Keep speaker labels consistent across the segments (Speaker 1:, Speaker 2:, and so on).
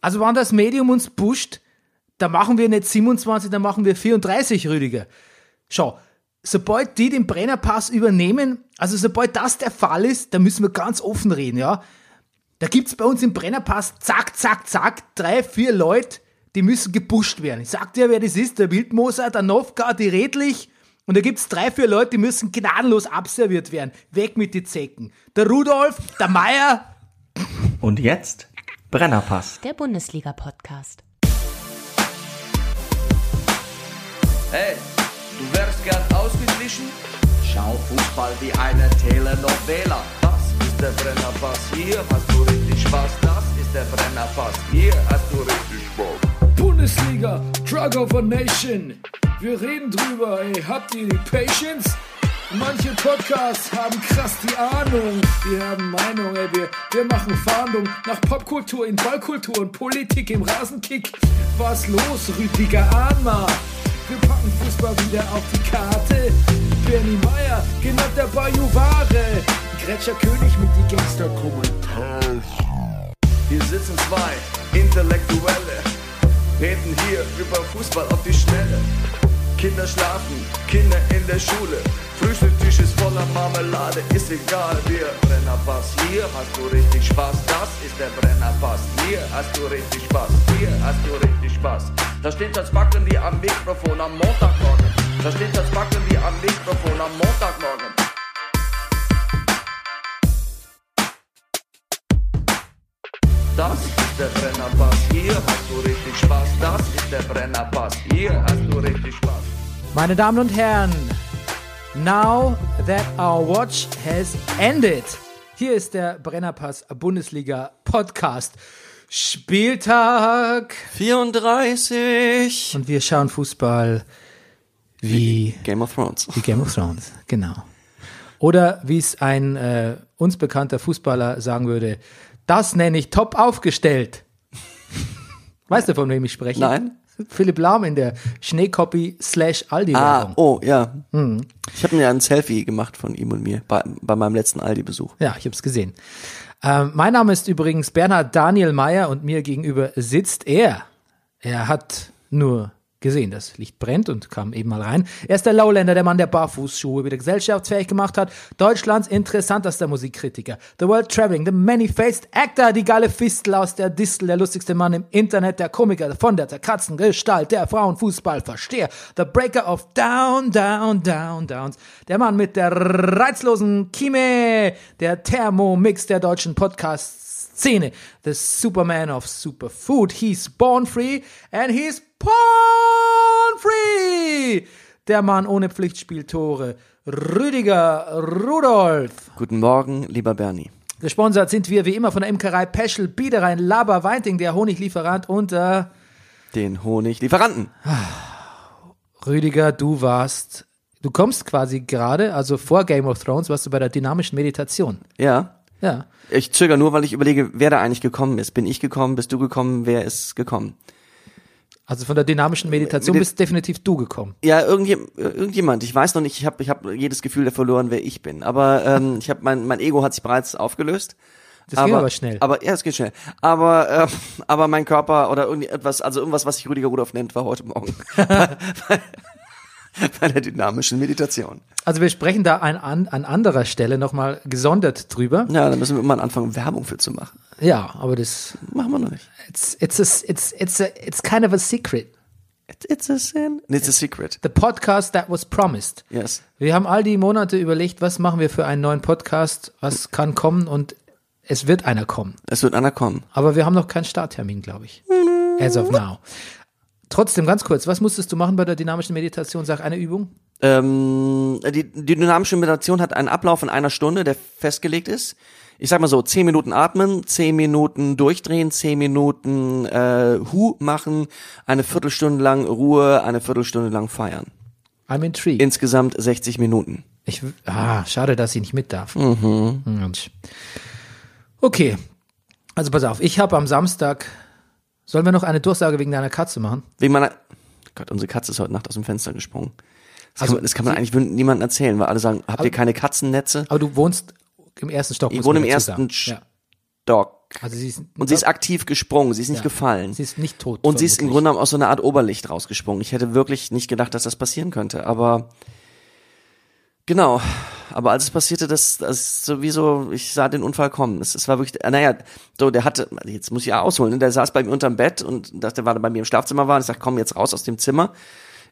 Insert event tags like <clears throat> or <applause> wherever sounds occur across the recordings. Speaker 1: Also wenn das Medium uns pusht, dann machen wir nicht 27, dann machen wir 34, Rüdiger. Schau, sobald die den Brennerpass übernehmen, also sobald das der Fall ist, da müssen wir ganz offen reden, ja. Da gibt's bei uns im Brennerpass, zack, zack, zack, drei, vier Leute, die müssen gepusht werden. Ich sag dir, wer das ist, der Wildmoser, der Novka, die Redlich. Und da gibt's drei, vier Leute, die müssen gnadenlos abserviert werden. Weg mit die Zecken. Der Rudolf, der Meier.
Speaker 2: Und jetzt Brennerpass.
Speaker 3: Der Bundesliga-Podcast.
Speaker 4: Hey, du wärst gern ausgeglichen? Schau Fußball wie eine Telenovela. Das ist der Brennerpass, hier hast du richtig Spaß. Das ist der Brennerpass, hier hast du richtig Spaß.
Speaker 5: Bundesliga, Drug of a Nation. Wir reden drüber, ey, habt ihr die Patience? Manche Podcasts haben krass die Ahnung. Wir haben Meinung, ey, wir, wir machen Fahndung nach Popkultur in Ballkultur und Politik im Rasenkick. Was los, Rüdiger Ahnma? Wir packen Fußball wieder auf die Karte. Bernie Meyer, genannt der Bajuware. Gretscher König mit die Gangster-Kommentare.
Speaker 4: Hier sitzen zwei Intellektuelle, reden hier über Fußball auf die Schnelle. Kinder schlafen, Kinder in der Schule. Frühstücktisch ist voller Marmelade, ist egal, wir Brennerpass, hier hast du richtig Spaß, das ist der Brennerpass, hier hast du richtig Spaß, hier hast du richtig Spaß. Da steht das Backen die am Mikrofon am Montagmorgen, da steht das Backen die am Mikrofon am Montagmorgen. Das ist der Brennerpass, hier hast du richtig Spaß, das ist der Brennerpass, hier hast du richtig Spaß.
Speaker 1: Meine Damen und Herren, now that our watch has ended. Hier ist der Brennerpass Bundesliga Podcast. Spieltag
Speaker 2: 34.
Speaker 1: und wir schauen Fußball wie
Speaker 2: Game of Thrones.
Speaker 1: wie Game of Thrones, genau. Oder wie es ein äh, uns bekannter Fußballer sagen würde, das nenne ich top aufgestellt. <laughs> Weißt du, von wem ich spreche?
Speaker 2: Nein.
Speaker 1: Philipp Lahm in der Schneecopy slash
Speaker 2: Ah,
Speaker 1: Aldi-Werbung.
Speaker 2: oh, ja. Ich habe mir ein Selfie gemacht von ihm und mir bei, bei meinem letzten Aldi-Besuch.
Speaker 1: Ja, ich habe es gesehen. Ähm, mein Name ist übrigens Bernhard Daniel Meyer und mir gegenüber sitzt er. Er hat nur gesehen, das Licht brennt und kam eben mal rein. Er ist der Lowlander, der Mann, der Barfußschuhe wieder gesellschaftsfähig gemacht hat. Deutschlands interessantester Musikkritiker. The World Traveling, the Many-Faced Actor, die geile Fistel aus der Distel, der lustigste Mann im Internet, der Komiker von der zerkratzten Gestalt, der Frauenfußballversteher, the Breaker of Down, Down, Down, Downs, der Mann mit der reizlosen Kime, der Thermomix der deutschen Podcasts. Szene. The Superman of Superfood. He's born free and he's born free. Der Mann ohne Pflichtspieltore. Rüdiger Rudolf.
Speaker 2: Guten Morgen, lieber Bernie.
Speaker 1: Gesponsert sind wir wie immer von der Imkerei Peschel Biederein Laber Weinting, der Honiglieferant und äh,
Speaker 2: Den Honiglieferanten.
Speaker 1: Rüdiger, du warst, du kommst quasi gerade, also vor Game of Thrones, warst du bei der dynamischen Meditation.
Speaker 2: Ja.
Speaker 1: Ja.
Speaker 2: Ich zögere nur, weil ich überlege, wer da eigentlich gekommen ist. Bin ich gekommen? Bist du gekommen? Wer ist gekommen?
Speaker 1: Also von der dynamischen Meditation
Speaker 2: Medi-
Speaker 1: bist definitiv du gekommen.
Speaker 2: Ja, irgendjemand, irgendjemand. Ich weiß noch nicht, ich habe ich hab jedes Gefühl der verloren, wer ich bin. Aber ähm, ich hab mein, mein Ego hat sich bereits aufgelöst.
Speaker 1: Das ging aber schnell.
Speaker 2: Aber ja, es geht schnell. Aber, äh, aber mein Körper oder irgendetwas, also irgendwas, was sich Rüdiger Rudolf nennt, war
Speaker 1: <laughs>
Speaker 2: heute Morgen bei, bei, bei der dynamischen Meditation.
Speaker 1: Also wir sprechen da an, an, an anderer Stelle nochmal gesondert drüber.
Speaker 2: Ja, da müssen wir immer anfangen, Werbung für zu machen.
Speaker 1: Ja, aber das
Speaker 2: Machen wir noch nicht.
Speaker 1: it's it's a, it's it's a, it's kind of a secret.
Speaker 2: It's, it's a sin. It's a secret.
Speaker 1: The podcast that was promised.
Speaker 2: Yes.
Speaker 1: Wir haben all die Monate überlegt, was machen wir für einen neuen Podcast, was kann kommen und es wird einer kommen.
Speaker 2: Es wird einer kommen.
Speaker 1: Aber wir haben noch keinen Starttermin, glaube ich. As of now. Trotzdem ganz kurz, was musstest du machen bei der dynamischen Meditation? Sag eine Übung.
Speaker 2: Ähm, die, die dynamische Meditation hat einen Ablauf in einer Stunde, der festgelegt ist. Ich sag mal so, 10 Minuten atmen, 10 Minuten durchdrehen, 10 Minuten äh, Hu machen, eine Viertelstunde lang Ruhe, eine Viertelstunde lang feiern.
Speaker 1: I'm intrigued.
Speaker 2: Insgesamt 60 Minuten.
Speaker 1: Ich, w- ah, schade, dass ich nicht mit darf.
Speaker 2: Mhm.
Speaker 1: Hm, Mensch. Okay. Also pass auf, ich habe am Samstag. Sollen wir noch eine Durchsage wegen deiner Katze machen?
Speaker 2: Wegen meiner... Gott, unsere Katze ist heute Nacht aus dem Fenster gesprungen. Das
Speaker 1: Also,
Speaker 2: kann man, das kann man eigentlich niemandem erzählen, weil alle sagen, habt ihr keine Katzennetze?
Speaker 1: Aber du wohnst im ersten Stock.
Speaker 2: Ich
Speaker 1: muss
Speaker 2: wohne
Speaker 1: man
Speaker 2: im
Speaker 1: dazu sagen.
Speaker 2: ersten Stock.
Speaker 1: Also sie ist,
Speaker 2: Und sie ist aktiv gesprungen, sie ist nicht gefallen.
Speaker 1: sie ist nicht tot.
Speaker 2: Und sie ist im
Speaker 1: vermutlich.
Speaker 2: Grunde genommen aus so einer Art Oberlicht rausgesprungen. Ich hätte wirklich nicht gedacht, dass das passieren könnte, aber genau. Aber als es passierte, das, das sowieso, ich sah den Unfall kommen. Es, es war wirklich, äh, naja, so, der hatte, jetzt muss ich ja ausholen, ne? der saß bei mir unterm Bett und dachte, weil er bei mir im Schlafzimmer war und ich sagte, komm jetzt raus aus dem Zimmer.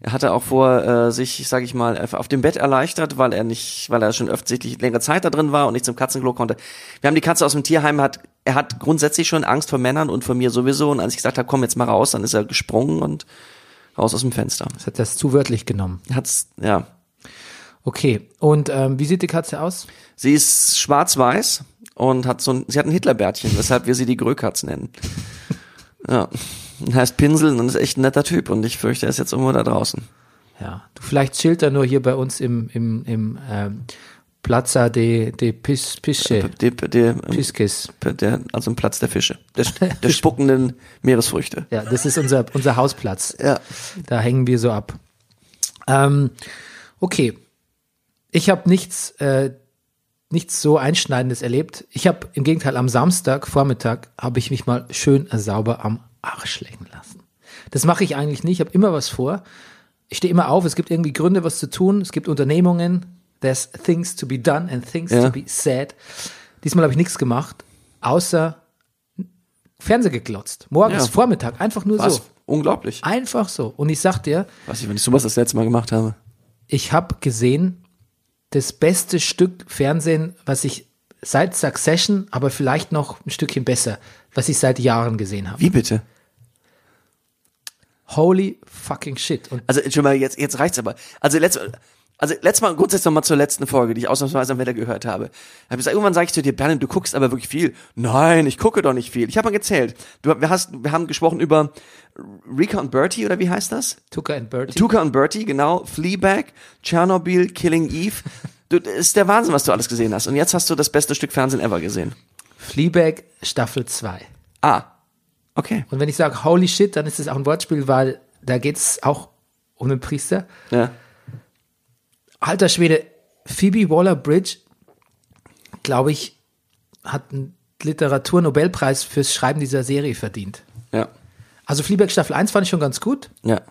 Speaker 2: Er hatte auch vor, äh, sich, sage ich mal, auf dem Bett erleichtert, weil er nicht, weil er schon offensichtlich längere Zeit da drin war und nicht zum Katzenklo konnte. Wir haben die Katze aus dem Tierheim, hat, er hat grundsätzlich schon Angst vor Männern und vor mir sowieso. Und als ich gesagt habe, komm jetzt mal raus, dann ist er gesprungen und raus aus dem Fenster.
Speaker 1: Das hat das zu wörtlich genommen.
Speaker 2: Hat's, ja.
Speaker 1: Okay. Und ähm, wie sieht die Katze aus?
Speaker 2: Sie ist schwarz-weiß und hat so ein, sie hat ein Hitlerbärtchen, weshalb wir sie die Grökatz nennen. Ja. Und heißt Pinsel und ist echt ein netter Typ und ich fürchte, er ist jetzt irgendwo da draußen.
Speaker 1: Ja. Du, vielleicht chillt er nur hier bei uns im, im, im ähm, Plaza de, de Pis, Pische.
Speaker 2: Die, die, ähm,
Speaker 1: Piskis.
Speaker 2: der, also ein Platz der Fische, der, der spuckenden Meeresfrüchte.
Speaker 1: Ja, das ist unser, unser Hausplatz.
Speaker 2: Ja.
Speaker 1: Da hängen wir so ab. Ähm, okay. Ich habe nichts, äh, nichts so Einschneidendes erlebt. Ich habe im Gegenteil am Samstag Vormittag habe ich mich mal schön äh, sauber am Arsch lecken lassen. Das mache ich eigentlich nicht. Ich habe immer was vor. Ich stehe immer auf. Es gibt irgendwie Gründe, was zu tun. Es gibt Unternehmungen. There's things to be done and things
Speaker 2: Ja.
Speaker 1: to be said. Diesmal habe ich nichts gemacht, außer Fernseh geglotzt. Morgens,
Speaker 2: Ja.
Speaker 1: Vormittag, einfach nur
Speaker 2: Was?
Speaker 1: so. Ah.
Speaker 2: Unglaublich.
Speaker 1: Einfach so. Und ich sag dir,
Speaker 2: Weiß ich, wenn ich sowas das letzte Mal gemacht habe.
Speaker 1: ich habe gesehen, das beste Stück Fernsehen, was ich seit Succession, aber vielleicht noch ein Stückchen besser, was ich seit Jahren gesehen habe.
Speaker 2: Wie bitte?
Speaker 1: Holy fucking shit. Und
Speaker 2: Also, schon mal, jetzt, jetzt reicht's aber. Also, letzt, also, letztes Mal, grundsätzlich nochmal zur letzten Folge, die ich ausnahmsweise am Wetter gehört habe. Da hab ich gesagt, irgendwann sage ich zu dir, Bernd, du guckst aber wirklich viel. Nein, ich gucke doch nicht viel. Ich habe mal gezählt. Du, wir, hast, wir haben gesprochen über Rika und Bertie, oder wie heißt das?
Speaker 1: Tucker and Bertie.
Speaker 2: Tuka und Bertie, genau. Fleabag, Tschernobyl, Killing Eve. Du, das ist der Wahnsinn, was du alles gesehen hast. Und jetzt hast du das beste Stück Fernsehen ever gesehen.
Speaker 1: Fleabag Staffel 2.
Speaker 2: Ah. Okay.
Speaker 1: Und wenn ich sage holy shit, dann ist es auch ein Wortspiel, weil da geht's auch um den Priester.
Speaker 2: Ja.
Speaker 1: Alter Schwede, Phoebe Waller-Bridge, glaube ich, hat einen Literaturnobelpreis fürs Schreiben dieser Serie verdient.
Speaker 2: Ja.
Speaker 1: Also Fleabag Staffel 1 fand ich schon ganz gut.
Speaker 2: Ja.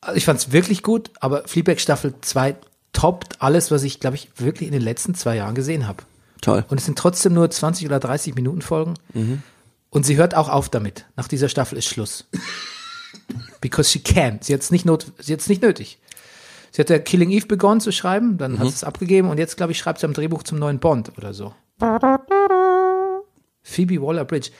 Speaker 1: Also ich fand es wirklich gut, aber Fleabag Staffel 2 toppt alles, was ich, glaube ich, wirklich in den letzten zwei Jahren gesehen habe.
Speaker 2: Toll.
Speaker 1: Und es sind trotzdem nur 20 oder 30 Minuten Folgen. Und sie hört auch auf damit. Nach dieser Staffel ist Schluss.
Speaker 2: <laughs>
Speaker 1: Because she can. Sie hat es nicht, not- sie hat's nicht nötig. Sie hat ja Killing Eve begonnen zu schreiben, dann
Speaker 2: Mhm.
Speaker 1: hat sie es abgegeben und jetzt, glaube ich, schreibt sie am Drehbuch zum neuen Bond oder so. Phoebe Waller-Bridge.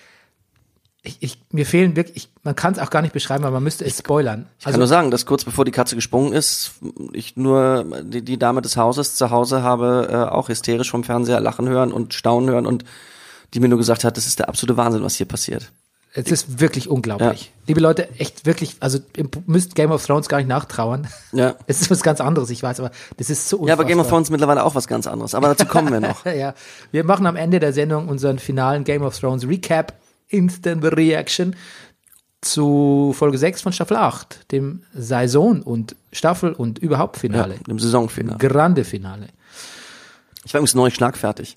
Speaker 1: Ich, ich, mir fehlen wirklich, ich, man kann es auch gar nicht beschreiben, aber man müsste es spoilern. Also,
Speaker 2: Ich kann nur sagen, dass kurz bevor die Katze gesprungen ist, ich nur die, die Dame des Hauses zu Hause habe äh, auch hysterisch vom Fernseher lachen hören und staunen hören und die mir nur gesagt hat, das ist der absolute Wahnsinn, was hier passiert.
Speaker 1: Es ist wirklich unglaublich. Liebe Leute, echt wirklich, also ihr müsst Game of Thrones gar nicht nachtrauern.
Speaker 2: Ja.
Speaker 1: Es ist was ganz anderes, ich weiß, aber das ist so
Speaker 2: Ja,
Speaker 1: unfassbar.
Speaker 2: aber Game of Thrones ist mittlerweile auch was ganz anderes. Aber dazu kommen wir
Speaker 1: <laughs>
Speaker 2: noch.
Speaker 1: Ja, wir machen am Ende der Sendung unseren finalen Game of Thrones Recap, Instant Reaction zu Folge 6 von Staffel 8, dem Saison- und Staffel- und überhaupt
Speaker 2: Ja,
Speaker 1: Finale.
Speaker 2: Im Saisonfinale.
Speaker 1: Grande Finale.
Speaker 2: Ich war übrigens neu schlagfertig.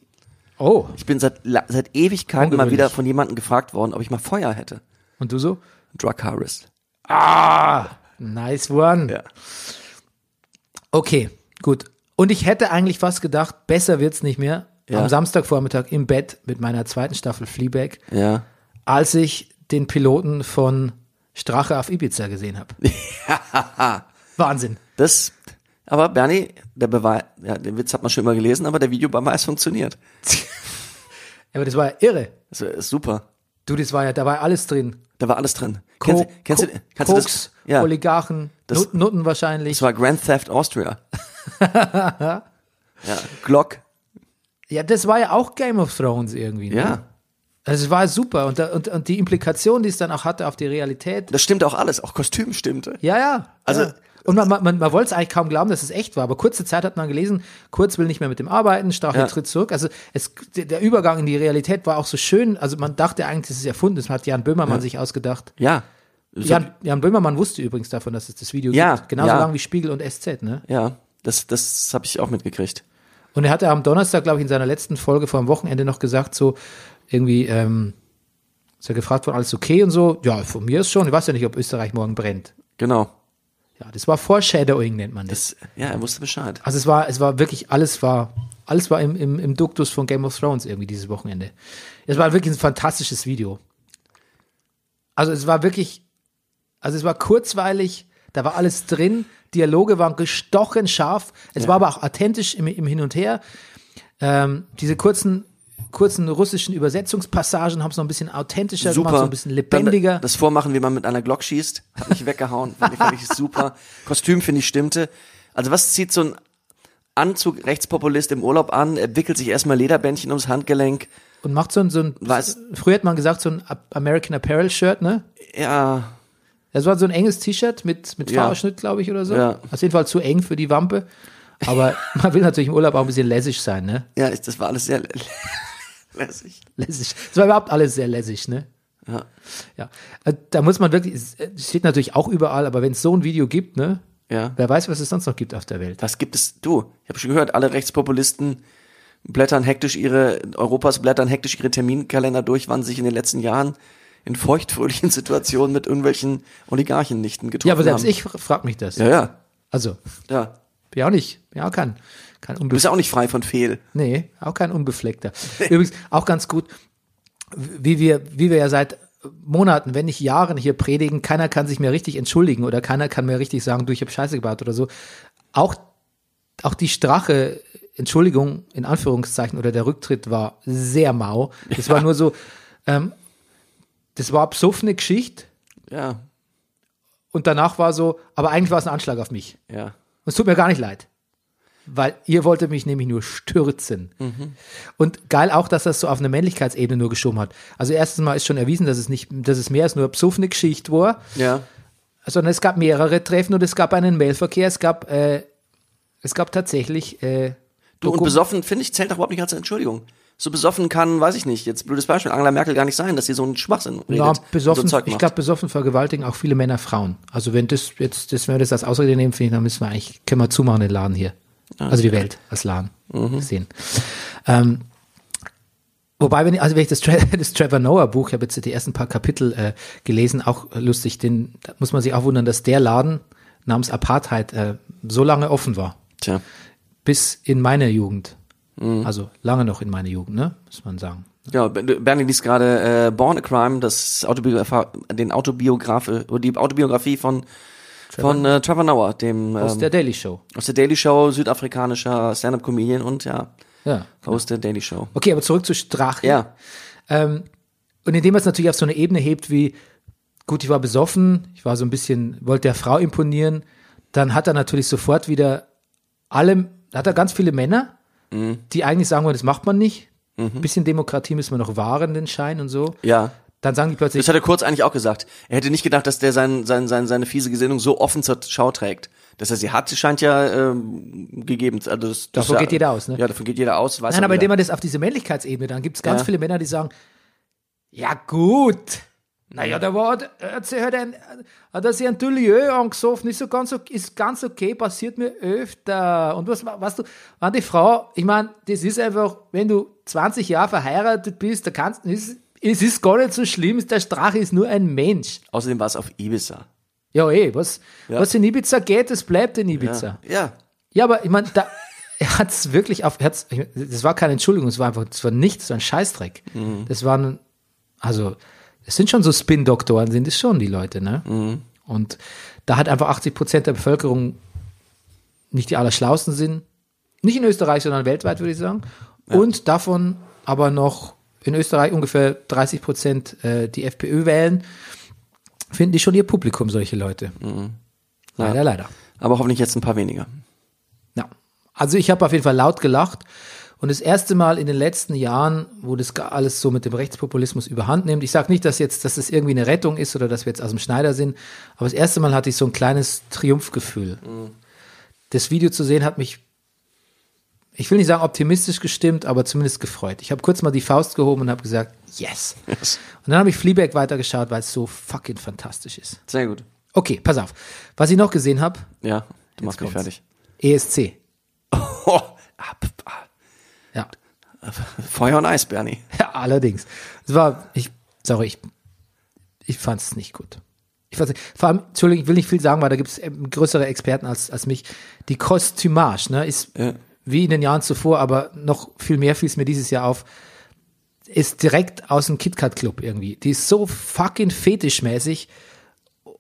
Speaker 1: Oh,
Speaker 2: Ich bin seit, la- seit Ewigkeiten mal
Speaker 1: Ungewöhnlich.
Speaker 2: wieder von jemandem gefragt worden, ob ich mal Feuer hätte.
Speaker 1: und du so?
Speaker 2: Drug Harvest.
Speaker 1: Nice one.
Speaker 2: Ah. Ja.
Speaker 1: Okay, gut. Und ich hätte eigentlich fast gedacht, besser wird's nicht mehr.
Speaker 2: Ja.
Speaker 1: Am Samstagvormittag im Bett mit meiner zweiten Staffel Fleabag,
Speaker 2: Ja.
Speaker 1: als ich den Piloten von Strache auf Ibiza gesehen habe.
Speaker 2: <laughs>
Speaker 1: Wahnsinn.
Speaker 2: Das, aber Bernie, der Beweis, ja, den Witz hat man schon immer gelesen, aber der Videobeweis funktioniert.
Speaker 1: Aber das war ja irre.
Speaker 2: Das ist super.
Speaker 1: Du, das war ja, da war alles drin.
Speaker 2: Da war alles drin.
Speaker 1: Co-
Speaker 2: kennst kennst
Speaker 1: Co-
Speaker 2: du, kannst du das?
Speaker 1: Koks,
Speaker 2: Ja, das
Speaker 1: Oligarchen,
Speaker 2: Das-
Speaker 1: Nut- Nutten wahrscheinlich.
Speaker 2: war Grand
Speaker 1: <laughs>
Speaker 2: Theft Austria. ja, Glock.
Speaker 1: ja, das war ja auch Game of Thrones irgendwie. Ne?
Speaker 2: Ja,
Speaker 1: Also es war super. Und, da, und, und die Implikation, die es dann auch hatte auf die Realität,
Speaker 2: das stimmt auch alles. Auch Kostüm stimmte.
Speaker 1: Ja, ja.
Speaker 2: Also-
Speaker 1: ja. Und man, man, man, man wollte es eigentlich kaum glauben, dass es echt war, aber kurze Zeit hat man gelesen, Kurz will nicht mehr mit dem arbeiten, Strache
Speaker 2: Ja.
Speaker 1: tritt zurück. Also es, der der Übergang in die Realität war auch so schön. Also man dachte eigentlich, das ist erfunden, das hat Jan Böhmermann sich ausgedacht.
Speaker 2: Ja. Das hat-
Speaker 1: Jan, Jan Böhmermann wusste übrigens davon, dass es das Video
Speaker 2: Ja,
Speaker 1: gibt. Genauso
Speaker 2: ja.
Speaker 1: lang wie Spiegel und SZ, ne?
Speaker 2: ja, das, das habe ich auch mitgekriegt.
Speaker 1: Und er hatte am Donnerstag, glaube ich, in seiner letzten Folge vor dem Wochenende noch gesagt, so, irgendwie ähm, ist er gefragt worden, alles okay und so. Ja, von mir ist schon. Ich weiß ja nicht, ob Österreich morgen brennt.
Speaker 2: Genau.
Speaker 1: Ja, das war Foreshadowing, nennt man das.
Speaker 2: Das, ja, er wusste Bescheid.
Speaker 1: Also es war, es war wirklich, alles war, alles war im, im, im Duktus von Game of Thrones irgendwie dieses Wochenende. Es war wirklich ein fantastisches Video. Also es war wirklich, also es war kurzweilig, da war alles drin, Dialoge waren gestochen scharf, es war aber auch authentisch im, im Hin und Her. Ähm, diese kurzen, kurzen russischen Übersetzungspassagen haben es noch ein bisschen authentischer
Speaker 2: Super.
Speaker 1: gemacht, so ein bisschen lebendiger.
Speaker 2: Dann das Vormachen, wie man mit einer Glock schießt, hat mich weggehauen. Fand ich, fand
Speaker 1: <laughs>
Speaker 2: ich super. Kostüm, finde ich, stimmte. Also was zieht so ein Anzug Rechtspopulist im Urlaub an? Er wickelt sich erstmal Lederbändchen ums Handgelenk.
Speaker 1: und macht so ein, so ein
Speaker 2: Weiß-
Speaker 1: früher hat man gesagt, so ein American Apparel Shirt, ne?
Speaker 2: Ja,
Speaker 1: Das war so ein enges T-Shirt mit, mit
Speaker 2: Ja.
Speaker 1: Fahrausschnitt, glaube ich, oder so.
Speaker 2: Ja.
Speaker 1: Auf jeden Fall zu eng für die Wampe.
Speaker 2: <laughs>
Speaker 1: Aber man will natürlich im Urlaub auch ein bisschen lässig sein, ne?
Speaker 2: ja, ich- das war alles sehr lä- <laughs> lässig.
Speaker 1: Lässig. Das war überhaupt alles sehr lässig, ne?
Speaker 2: Ja.
Speaker 1: Ja. Äh, Da muss man wirklich, es äh, steht natürlich auch überall, aber wenn es so ein Video gibt, ne?
Speaker 2: Ja.
Speaker 1: Wer weiß, was es sonst noch gibt auf der Welt.
Speaker 2: Was gibt es? Du, ich habe schon gehört, alle Rechtspopulisten blättern hektisch ihre, Europas blättern hektisch ihre Terminkalender durch, wann sich in den letzten Jahren in feuchtfröhlichen <laughs> Situationen mit irgendwelchen Oligarchennichten getroffen
Speaker 1: Ja, aber selbst
Speaker 2: haben.
Speaker 1: ich frage mich das.
Speaker 2: Ja, ja,
Speaker 1: Also,
Speaker 2: ja.
Speaker 1: bin ja auch nicht, bin ja auch kein, kein
Speaker 2: Du
Speaker 1: Unbe
Speaker 2: bist ja auch nicht frei von Fehl.
Speaker 1: Nee, auch kein unbefleckter. Übrigens, auch ganz gut, wie wir, wie wir ja seit Monaten, wenn nicht Jahren hier predigen, keiner kann sich mehr richtig entschuldigen oder keiner kann mehr richtig sagen, du, ich habe Scheiße gebaut oder so. Auch, auch die Strache, Entschuldigung in Anführungszeichen oder der Rücktritt war sehr mau. Das war nur so, ähm, das war besoffene Geschichte
Speaker 2: Ja,
Speaker 1: und danach war so, aber eigentlich war es ein Anschlag auf mich.
Speaker 2: ja.
Speaker 1: Und Es tut mir gar nicht leid. Weil ihr wolltet mich nämlich nur stürzen. Und geil auch, dass das so auf eine Männlichkeitsebene nur geschoben hat. Also erstens mal ist schon erwiesen, dass es nicht, dass es mehr als nur psoffene Geschichte war,
Speaker 2: Ja.
Speaker 1: sondern es gab mehrere Treffen und es gab einen Mailverkehr, es gab, äh, es gab tatsächlich äh,
Speaker 2: Du, und
Speaker 1: Doku-
Speaker 2: besoffen, finde ich, zählt doch überhaupt nicht als Entschuldigung. So besoffen kann, weiß ich nicht, jetzt blödes Beispiel, Angela Merkel gar nicht sein, dass sie so einen Schwachsinn redet.
Speaker 1: ja,
Speaker 2: und
Speaker 1: besoffen,
Speaker 2: so Also Zeug
Speaker 1: ich
Speaker 2: macht.
Speaker 1: glaube, besoffen vergewaltigen auch viele Männer Frauen. Also wenn das jetzt, das, wenn wir das als Ausrede nehmen, finde ich, dann müssen wir eigentlich, können wir zumachen den Laden hier.
Speaker 2: Ah,
Speaker 1: Also die Welt als Laden
Speaker 2: Mhm.
Speaker 1: gesehen. Ähm, wobei, wenn ich, also wenn ich das, Tra <laughs> das Trevor Noah Buch, ich habe jetzt die ersten paar Kapitel äh, gelesen, auch lustig, den da muss man sich auch wundern, dass der Laden namens Apartheid äh, so lange offen war
Speaker 2: Tja.
Speaker 1: bis in meine Jugend.
Speaker 2: Mhm.
Speaker 1: Also lange noch in meine Jugend, ne? Muss man sagen.
Speaker 2: Ja, Bernie liest gerade äh, Born a Crime, das Autobiograf den Autobiografe, oder die Autobiografie von von äh, Trevor Noah, dem
Speaker 1: Aus
Speaker 2: ähm,
Speaker 1: der Daily Show.
Speaker 2: aus der Daily Show, südafrikanischer Stand-up-Comedian und ja,
Speaker 1: Ja.
Speaker 2: aus der Daily Show.
Speaker 1: Okay, aber zurück zur Strache.
Speaker 2: Ja,
Speaker 1: Ähm, und indem man es natürlich auf so eine Ebene hebt wie, gut, ich war besoffen, ich war so ein bisschen, wollte der Frau imponieren, dann hat er natürlich sofort wieder alle, hat er ganz viele Männer, die eigentlich sagen wollen, das macht man nicht. Bisschen Demokratie müssen wir noch wahren, den Schein und so.
Speaker 2: ja.
Speaker 1: Dann sagen die plötzlich,
Speaker 2: Das hat er kurz eigentlich auch gesagt. Er hätte nicht gedacht, dass der sein, sein, sein, seine fiese Gesinnung so offen zur Schau trägt. Dass er sie hat, scheint ja ähm, gegeben. zu- Also das, das
Speaker 1: Davon
Speaker 2: ja,
Speaker 1: geht jeder aus, ne?
Speaker 2: Ja, davon geht jeder aus. Weiß
Speaker 1: nein,
Speaker 2: er
Speaker 1: aber
Speaker 2: wieder.
Speaker 1: indem man das auf diese Männlichkeitsebene, dann gibt es ganz
Speaker 2: Also, Ja.
Speaker 1: viele Männer, die sagen, ja gut, naja, da war, hat sie halt ein, hat er sich ein Tullieu angesoffen, ist so ganz, ok- ist ganz okay, passiert mir öfter. Und was, weißt du, wenn die Frau, ich meine, das ist einfach, wenn du 20 Jahre verheiratet bist, da kannst, ist, es ist gar nicht so schlimm, der Strache ist nur ein Mensch.
Speaker 2: Außerdem war es auf Ibiza.
Speaker 1: Ja, eh, was, was in Ibiza geht, das bleibt in Ibiza.
Speaker 2: Ja. ja.
Speaker 1: Ja, aber ich meine, da, er hat's wirklich auf. Er hat's, ich mein, das war keine Entschuldigung, es war einfach, das war nichts, so ein Scheißdreck. Das waren, also, es sind schon so Spin-Doktoren, sind es schon die Leute, ne? Und da hat einfach 80 Prozent der Bevölkerung nicht die allerschlausten sind. Nicht in Österreich, sondern weltweit, würde ich sagen. Und davon aber noch in Österreich ungefähr 30 Prozent äh, die FPÖ wählen, finden die schon ihr Publikum, solche Leute. Leider, leider.
Speaker 2: Aber hoffentlich jetzt ein paar weniger. <laughs>
Speaker 1: Ja. Also ich habe auf jeden Fall laut gelacht. Und das erste Mal in den letzten Jahren, wo das ga- alles so mit dem Rechtspopulismus überhand nimmt, ich sage nicht, dass jetzt, dass das irgendwie eine Rettung ist oder dass wir jetzt aus dem Schneider sind, aber das erste Mal hatte ich so ein kleines Triumphgefühl.
Speaker 2: Mhm.
Speaker 1: Das Video zu sehen hat mich, ich will nicht sagen optimistisch gestimmt, aber zumindest gefreut. Ich habe kurz mal die Faust gehoben und habe gesagt,
Speaker 2: <laughs>
Speaker 1: yes.
Speaker 2: Yes.
Speaker 1: Und dann habe ich Fleabag weitergeschaut, weil es so fucking fantastisch ist.
Speaker 2: Sehr gut.
Speaker 1: Okay, pass auf. Was ich noch gesehen habe,
Speaker 2: Ja,
Speaker 1: E
Speaker 2: du machst mich
Speaker 1: kommt's.
Speaker 2: fertig.
Speaker 1: ESC.
Speaker 2: Oh, ab, ab.
Speaker 1: Ja.
Speaker 2: Feuer und Eis, Bernie.
Speaker 1: Ja, allerdings. Es war, ich, sorry, ich, ich fand es nicht gut. Ich weiß nicht, vor allem, Entschuldigung, ich will nicht viel sagen, weil da gibt es größere Experten als, als mich. Die Kostümage, ne, ist
Speaker 2: Ja.
Speaker 1: wie in den Jahren zuvor, aber noch viel mehr fiel es mir dieses Jahr auf, ist direkt aus dem KitKat-Club irgendwie. Die ist so fucking fetischmäßig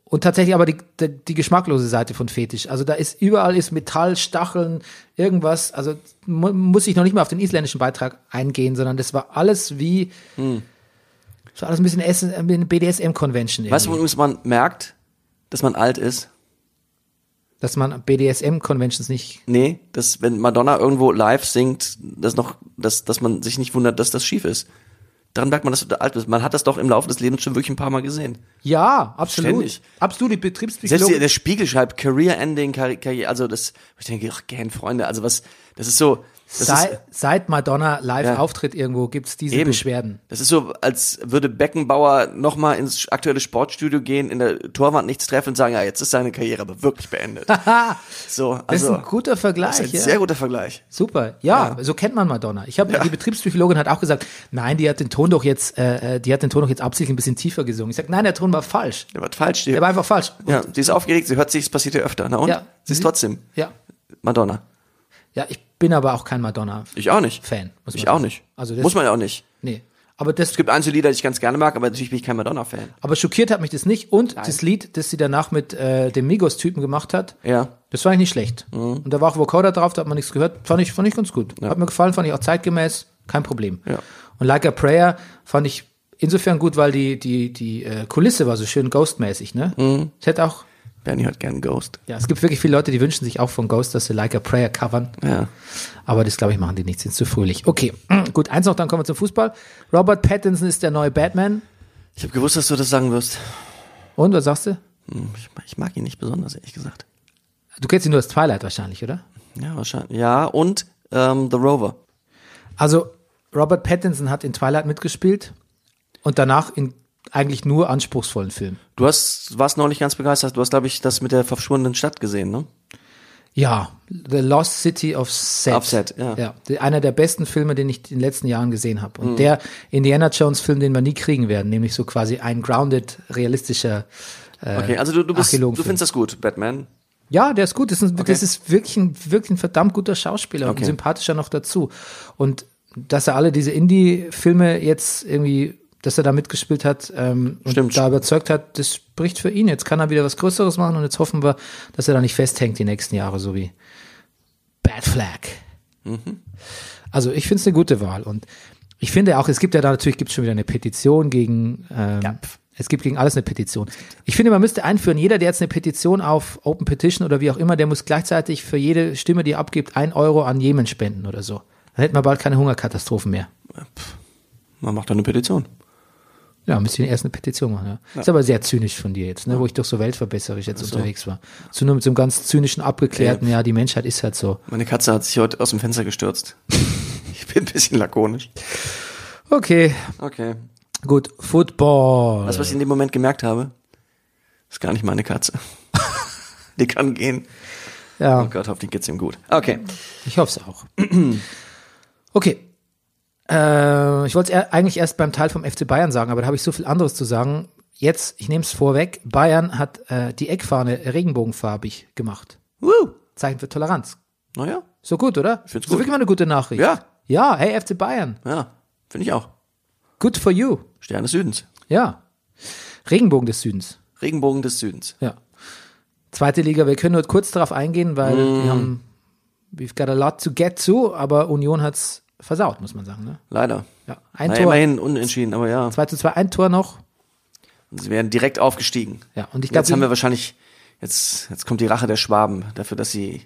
Speaker 1: und tatsächlich aber die, die, die geschmacklose Seite von Fetisch. Also da ist überall ist Metall, Stacheln, irgendwas. Also mu muss ich noch nicht mal auf den isländischen Beitrag eingehen, sondern das war alles wie,
Speaker 2: Hm.
Speaker 1: das war alles ein bisschen Essen- ein BDSM-Convention.
Speaker 2: Weißt du, übrigens man merkt, dass man alt ist?
Speaker 1: dass man BDSM-Conventions nicht.
Speaker 2: Nee, dass wenn Madonna irgendwo live singt, dass noch, dass, dass man sich nicht wundert, dass das schief ist. Daran merkt man, dass du alt bist. Man hat das doch im Laufe des Lebens schon wirklich ein paar Mal gesehen.
Speaker 1: Ja, absolut.
Speaker 2: Ständig.
Speaker 1: Absolut, die
Speaker 2: Selbst
Speaker 1: Betriebspsychologie.
Speaker 2: die, der Spiegel schreibt Career-Ending, Karri- Karriere, also das, ich denke, ach, gern, Freunde, also was, das ist so, das ist,
Speaker 1: Seit, seit Madonna live
Speaker 2: Ja.
Speaker 1: auftritt irgendwo gibt's diese
Speaker 2: Eben.
Speaker 1: Beschwerden.
Speaker 2: Das ist so, als würde Beckenbauer nochmal ins aktuelle Sportstudio gehen, in der Torwand nichts treffen und sagen, ja, jetzt ist seine Karriere aber wirklich
Speaker 1: <laughs>
Speaker 2: beendet. so, also,
Speaker 1: Das ist ein guter
Speaker 2: das
Speaker 1: Vergleich.
Speaker 2: ist ein
Speaker 1: ja.
Speaker 2: sehr guter Vergleich.
Speaker 1: Super, ja, so kennt man Madonna. Ich habe die Betriebspsychologin hat auch gesagt, nein, die hat den Ton doch jetzt, äh, äh, die hat den Ton doch jetzt absichtlich ein bisschen tiefer gesungen. Ich sag, nein, der Ton war falsch.
Speaker 2: Der war falsch. Die,
Speaker 1: Der war einfach falsch.
Speaker 2: ja, sie ist aufgeregt, sie hört sich, es passiert ihr öfter. Na und?
Speaker 1: Ja. Mhm.
Speaker 2: Sie ist trotzdem
Speaker 1: Ja,
Speaker 2: Madonna.
Speaker 1: ja, ich bin aber auch kein Madonna-Fan.
Speaker 2: Ich auch nicht.
Speaker 1: muss
Speaker 2: Ich
Speaker 1: man
Speaker 2: auch
Speaker 1: sagen.
Speaker 2: nicht.
Speaker 1: Also das,
Speaker 2: Muss man ja auch nicht.
Speaker 1: Nee, aber das
Speaker 2: Es gibt einzelne Lieder, die ich ganz gerne mag, aber natürlich bin ich kein Madonna-Fan.
Speaker 1: Aber schockiert hat mich das nicht. Und das Lied, das sie danach mit äh, dem Migos-Typen gemacht hat,
Speaker 2: Ja.
Speaker 1: das war eigentlich nicht schlecht. Und da war auch Vocoder drauf, da hat man nichts gehört. Fand ich, fand ich ganz gut. Hat mir gefallen, fand ich auch zeitgemäß, kein Problem.
Speaker 2: Ja.
Speaker 1: Und Like a Prayer fand ich insofern gut, weil die, die, die äh, Kulisse war so schön ghostmäßig, ne? Es hätte auch,
Speaker 2: Bernie hört gern Ghost.
Speaker 1: ja, es gibt wirklich viele Leute, die wünschen sich auch von Ghost, dass sie Like a Prayer covern.
Speaker 2: Ja.
Speaker 1: Aber das, glaube ich, machen die nicht, sind zu fröhlich. Okay, <clears throat> gut, eins noch, dann kommen wir zum Fußball. Robert Pattinson ist der neue Batman.
Speaker 2: Ich habe gewusst, dass du das sagen wirst.
Speaker 1: Und, was sagst du?
Speaker 2: Hm, Ich, ich mag ihn nicht besonders, ehrlich gesagt.
Speaker 1: Du kennst ihn nur als Twilight wahrscheinlich, oder?
Speaker 2: Ja, wahrscheinlich. Ja, und ähm, The Rover.
Speaker 1: Also Robert Pattinson hat in Twilight mitgespielt und danach in eigentlich nur anspruchsvollen Filmen.
Speaker 2: Du hast, warst neulich ganz begeistert. Du hast, glaube ich, das mit der verschwundenen Stadt gesehen, ne?
Speaker 1: Ja, The Lost City of Set.
Speaker 2: Of Set, ja.
Speaker 1: ja die- einer der besten Filme, den ich in den letzten Jahren gesehen habe.
Speaker 2: Mhm.
Speaker 1: Und der Indiana Jones Film, den wir nie kriegen werden, nämlich so quasi ein grounded, realistischer. Äh,
Speaker 2: Okay, also du, du bist, du
Speaker 1: Archäologenfilm.
Speaker 2: findest das gut, Batman.
Speaker 1: Ja, der ist gut. Das ist, ein, das ist wirklich, ein, wirklich ein verdammt guter Schauspieler und
Speaker 2: Okay.
Speaker 1: ein sympathischer noch dazu. Und dass er alle diese Indie-Filme jetzt irgendwie, dass er da mitgespielt hat ähm, und
Speaker 2: Stimmt.
Speaker 1: da überzeugt hat, das spricht für ihn. Jetzt kann er wieder was Größeres machen und jetzt hoffen wir, dass er da nicht festhängt die nächsten Jahre, so wie Bad Flag. Also ich finde es eine gute Wahl und ich finde auch, es gibt ja da natürlich gibt's schon wieder eine Petition gegen. Ähm, Es gibt gegen alles eine Petition. Ich finde, man müsste einführen, jeder, der jetzt eine Petition auf Open Petition oder wie auch immer, der muss gleichzeitig für jede Stimme, die er abgibt, ein Euro an Jemen spenden oder so. Dann hätten wir bald keine Hungerkatastrophen mehr.
Speaker 2: Man macht doch eine Petition.
Speaker 1: Ja, müsste ich erst eine Petition machen. Ja. Ist aber sehr zynisch von dir jetzt, ne, wo ich doch so weltverbesserisch jetzt unterwegs war. Zu nur mit so einem ganz zynischen, abgeklärten, ja, die Menschheit ist halt so.
Speaker 2: Meine Katze hat sich heute aus dem Fenster gestürzt. <laughs> ich bin ein bisschen lakonisch.
Speaker 1: Okay,
Speaker 2: Okay.
Speaker 1: gut, Football.
Speaker 2: Das, was ich in dem Moment gemerkt habe, ist gar nicht meine Katze. <laughs> die kann gehen.
Speaker 1: ja.
Speaker 2: Oh Gott, hoffentlich geht's ihm gut. Okay.
Speaker 1: Ich hoffe es auch. <clears throat> Okay. Äh, ich wollte es er- eigentlich erst beim Teil vom FC Bayern sagen, aber da habe ich so viel anderes zu sagen. Jetzt, ich nehme es vorweg, Bayern hat äh, die Eckfahne regenbogenfarbig gemacht.
Speaker 2: Woo.
Speaker 1: Zeichen für Toleranz.
Speaker 2: Naja.
Speaker 1: So gut, oder? Ich
Speaker 2: find's
Speaker 1: So
Speaker 2: gut.
Speaker 1: wirklich mal eine gute Nachricht.
Speaker 2: Ja.
Speaker 1: Ja, hey FC Bayern.
Speaker 2: Ja. Finde ich auch.
Speaker 1: Good for you.
Speaker 2: Stern des Südens.
Speaker 1: Ja. Regenbogen des Südens.
Speaker 2: Regenbogen des Südens.
Speaker 1: Ja. Zweite Liga, wir können nur kurz darauf eingehen, weil
Speaker 2: Mm.
Speaker 1: wir haben, we've got a lot to get to, aber Union hat's versaut, muss man sagen. Ne?
Speaker 2: Leider.
Speaker 1: Ja. Ein
Speaker 2: Na,
Speaker 1: Tor.
Speaker 2: immerhin unentschieden, aber ja.
Speaker 1: 2 zu 2, ein Tor noch.
Speaker 2: Sie wären direkt aufgestiegen.
Speaker 1: Ja, und ich
Speaker 2: Jetzt haben wir
Speaker 1: glaube,
Speaker 2: wahrscheinlich, jetzt, jetzt kommt die Rache der Schwaben dafür, dass sie,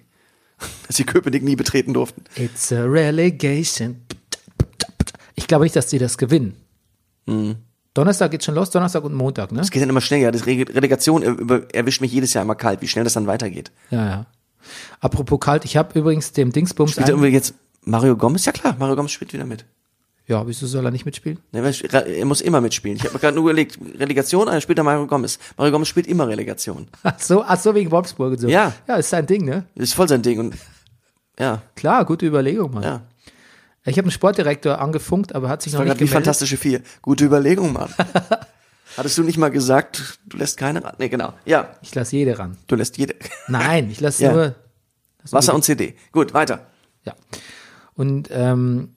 Speaker 2: <laughs> dass sie Köpenick nie betreten durften.
Speaker 1: it's a relegation. Ich glaube nicht, dass die das gewinnen.
Speaker 2: Mm.
Speaker 1: Donnerstag geht schon los, Donnerstag und Montag, ne?
Speaker 2: Es geht dann immer schnell, ja. Das Rege- Relegation äh, über- erwischt mich jedes Jahr immer kalt, wie schnell das dann weitergeht.
Speaker 1: Ja, ja. Apropos kalt, ich habe übrigens dem Dingsbums
Speaker 2: Spielt
Speaker 1: ein,
Speaker 2: irgendwie jetzt Mario Gomez? Ja klar, Mario Gomez spielt wieder mit.
Speaker 1: Ja, wieso soll er nicht mitspielen? <laughs>
Speaker 2: Ne, weil Er er muss immer mitspielen. Ich habe mir gerade nur überlegt, Relegation, ah, dann spielt dann Mario Gomez. Mario Gomez spielt immer Relegation.
Speaker 1: Ach so, ach so wegen Wolfsburg und so.
Speaker 2: Ja.
Speaker 1: Ja, ist sein Ding, ne?
Speaker 2: Das ist voll sein Ding und ja,
Speaker 1: Klar, gute Überlegung, Mann.
Speaker 2: ja.
Speaker 1: Ich habe einen Sportdirektor angefunkt, aber hat sich
Speaker 2: Das
Speaker 1: noch
Speaker 2: war
Speaker 1: nicht
Speaker 2: gerade wie
Speaker 1: gemeldet.
Speaker 2: Fantastische Vier. Gute
Speaker 1: <laughs>
Speaker 2: Überlegung, Mann. Hattest du nicht mal gesagt, du lässt keine ran? Nee, genau. Ja,
Speaker 1: Ich lasse jede ran.
Speaker 2: du lässt jede.
Speaker 1: Nein, ich lasse
Speaker 2: Ja.
Speaker 1: nur.
Speaker 2: Wasser und CD. Gut, weiter.
Speaker 1: Ja. Und ähm,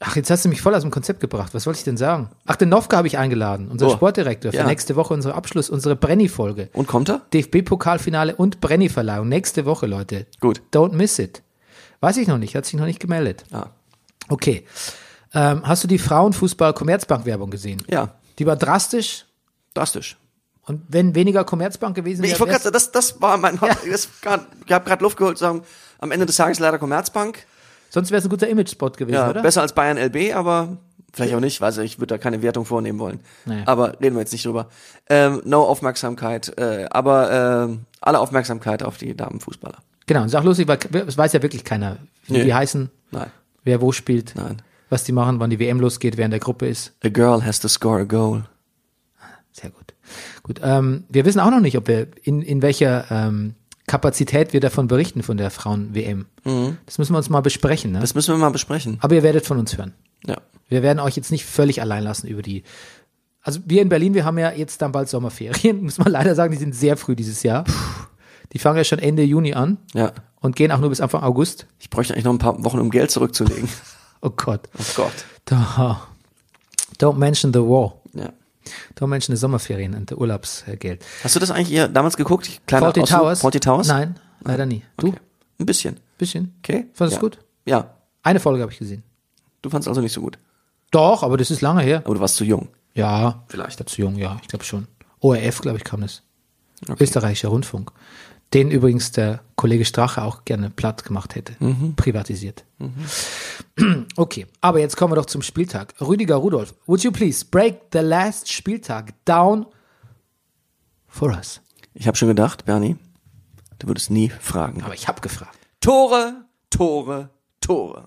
Speaker 1: ach, jetzt hast du mich voll aus dem Konzept gebracht. Was wollte ich denn sagen? Ach, den Novka habe ich eingeladen, unser
Speaker 2: Oh.
Speaker 1: Sportdirektor für
Speaker 2: Ja.
Speaker 1: nächste Woche unsere Abschluss, unsere Brenny-Folge.
Speaker 2: Und kommt er?
Speaker 1: DFB-Pokalfinale und Brenny-Verleihung. Nächste Woche, Leute.
Speaker 2: Gut.
Speaker 1: Don't miss it. Weiß ich noch nicht, hat sich noch nicht gemeldet.
Speaker 2: Ah.
Speaker 1: Okay. Ähm, hast du die Frauenfußball-Commerzbank-Werbung gesehen?
Speaker 2: Ja,
Speaker 1: Die war drastisch.
Speaker 2: drastisch.
Speaker 1: Und wenn weniger Commerzbank gewesen wäre,
Speaker 2: Ich wollte
Speaker 1: wär's-
Speaker 2: gerade, das, das war mein. <laughs> Das, grad, ich habe gerade Luft geholt, sagen, am Ende des Tages leider Commerzbank.
Speaker 1: sonst wäre es ein guter Image-Spot gewesen,
Speaker 2: Ja,
Speaker 1: oder?
Speaker 2: besser als Bayern LB, aber vielleicht auch nicht, weiß ich, ich würde da keine Wertung vornehmen wollen.
Speaker 1: Naja.
Speaker 2: Aber reden wir jetzt nicht drüber. Ähm, no Aufmerksamkeit, äh, aber ähm, alle Aufmerksamkeit auf die Damenfußballer.
Speaker 1: Genau, und sag lustig, weil es weiß ja wirklich keiner, wie
Speaker 2: Nee.
Speaker 1: die heißen,
Speaker 2: Nein,
Speaker 1: wer wo spielt,
Speaker 2: nein.
Speaker 1: was die machen, wann die WM losgeht, wer in der Gruppe ist.
Speaker 2: A girl has to score a goal.
Speaker 1: Sehr gut. Gut, ähm, wir wissen auch noch nicht, ob wir in, in welcher ähm, Kapazität wir davon berichten von der Frauen-WM. Das müssen wir uns mal besprechen. Ne?
Speaker 2: Mhm. Das müssen wir mal besprechen.
Speaker 1: Aber ihr werdet von uns hören.
Speaker 2: Ja.
Speaker 1: Wir werden euch jetzt nicht völlig allein lassen über die. Also wir in Berlin, wir haben ja jetzt dann bald Sommerferien, <laughs> muss man leider sagen, die sind sehr früh dieses Jahr. Die fangen ja schon Ende Juni an
Speaker 2: Ja.
Speaker 1: und gehen auch nur bis Anfang August.
Speaker 2: Ich bräuchte eigentlich noch ein paar Wochen, um Geld zurückzulegen.
Speaker 1: Oh Gott.
Speaker 2: Oh Gott.
Speaker 1: Da. Don't mention the war.
Speaker 2: Ja.
Speaker 1: Don't mention the Sommerferien und the Urlaubsgeld.
Speaker 2: Hast du das eigentlich ihr damals geguckt? Kleiner
Speaker 1: Forty
Speaker 2: Ausflug?
Speaker 1: Towers?
Speaker 2: Forty Towers?
Speaker 1: Nein, leider nie. Du?
Speaker 2: Okay. Ein bisschen.
Speaker 1: Bisschen.
Speaker 2: Okay.
Speaker 1: Fandest
Speaker 2: ja.
Speaker 1: du gut?
Speaker 2: Ja.
Speaker 1: Eine Folge habe ich gesehen.
Speaker 2: Du fandst also nicht so gut.
Speaker 1: Doch, aber das ist lange her.
Speaker 2: Aber du warst zu jung.
Speaker 1: Ja.
Speaker 2: Vielleicht.
Speaker 1: Dazu jung, ja. Ich glaube schon. ORF, glaube ich, kam das. Österreichischer Rundfunk. Den übrigens der Kollege Strache auch gerne platt gemacht hätte.
Speaker 2: Mhm.
Speaker 1: Privatisiert. <clears throat> Okay, aber jetzt kommen wir doch zum Spieltag. Rüdiger Rudolf, would you please break the last Spieltag down for us?
Speaker 2: Ich habe schon gedacht, Bernie, du würdest nie fragen.
Speaker 1: Aber ich habe gefragt.
Speaker 2: Tore, Tore, Tore.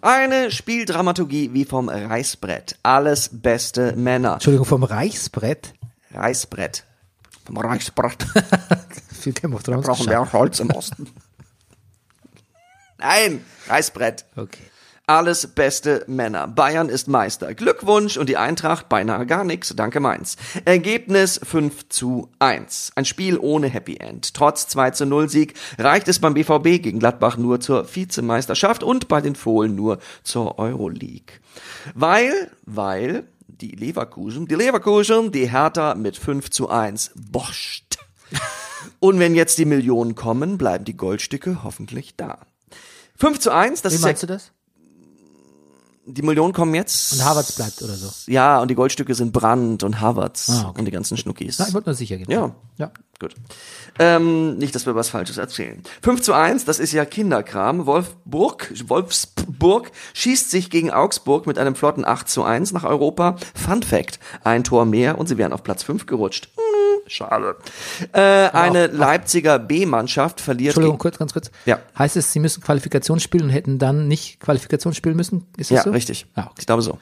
Speaker 2: Eine Spieldramaturgie wie vom Reißbrett. Alles beste Männer.
Speaker 1: Entschuldigung, vom Reichsbrett <laughs>
Speaker 2: Reißbrett. Vom Reichsbrett
Speaker 1: für Game of Thrones.
Speaker 2: brauchen wir auch Holz im Osten. Nein, Reißbrett.
Speaker 1: Okay.
Speaker 2: Alles beste Männer. Bayern ist Meister. Glückwunsch und die Eintracht beinahe gar nix. Danke Mainz. Ergebnis 5 zu 1. Ein Spiel ohne Happy End. Trotz 2 zu 0 Sieg reicht es beim BVB gegen Gladbach nur zur Vizemeisterschaft und bei den Fohlen nur zur Euroleague. Weil, weil die Leverkusen, die Leverkusen, die Hertha mit 5 zu 1 boscht. Und wenn jetzt die Millionen kommen, bleiben die Goldstücke hoffentlich da. 5 zu 1, das
Speaker 1: Wie
Speaker 2: ist ja
Speaker 1: meinst du das?
Speaker 2: die Millionen kommen jetzt.
Speaker 1: Und Harvards bleibt oder so.
Speaker 2: Ja, und die Goldstücke sind Brand und Harvards
Speaker 1: Ah, okay.
Speaker 2: und die ganzen Schnuckis.
Speaker 1: Na, ich wollte nur sicher gehen.
Speaker 2: Ja.
Speaker 1: ja.
Speaker 2: Gut. Ähm, nicht, dass wir was Falsches erzählen. 5 zu 1, das ist ja Kinderkram. Wolfsburg, Wolfsburg schießt sich gegen Augsburg mit einem flotten 8 zu 1 nach Europa. Fun Fact, ein Tor mehr und sie wären auf Platz 5 gerutscht. Hm, Schade. Äh, eine Leipziger B-Mannschaft verliert.
Speaker 1: Entschuldigung, kurz, ganz kurz.
Speaker 2: Ja.
Speaker 1: Heißt es, sie müssen Qualifikation spielen und hätten dann nicht Qualifikation spielen müssen? Ist das
Speaker 2: Ja,
Speaker 1: so?
Speaker 2: richtig.
Speaker 1: Ah, okay.
Speaker 2: Ich glaube so.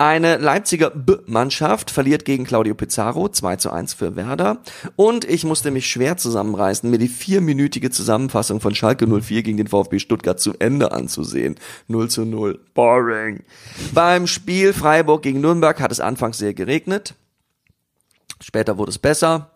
Speaker 2: Eine Leipziger B-Mannschaft verliert gegen Claudio Pizarro 2 zu 1 für Werder. Und ich musste mich schwer zusammenreißen, mir die vierminütige Zusammenfassung von Schalke 04 gegen den VfB Stuttgart zu Ende anzusehen. 0 zu 0. Boring. Beim Spiel Freiburg gegen Nürnberg hat es anfangs sehr geregnet. Später wurde es besser.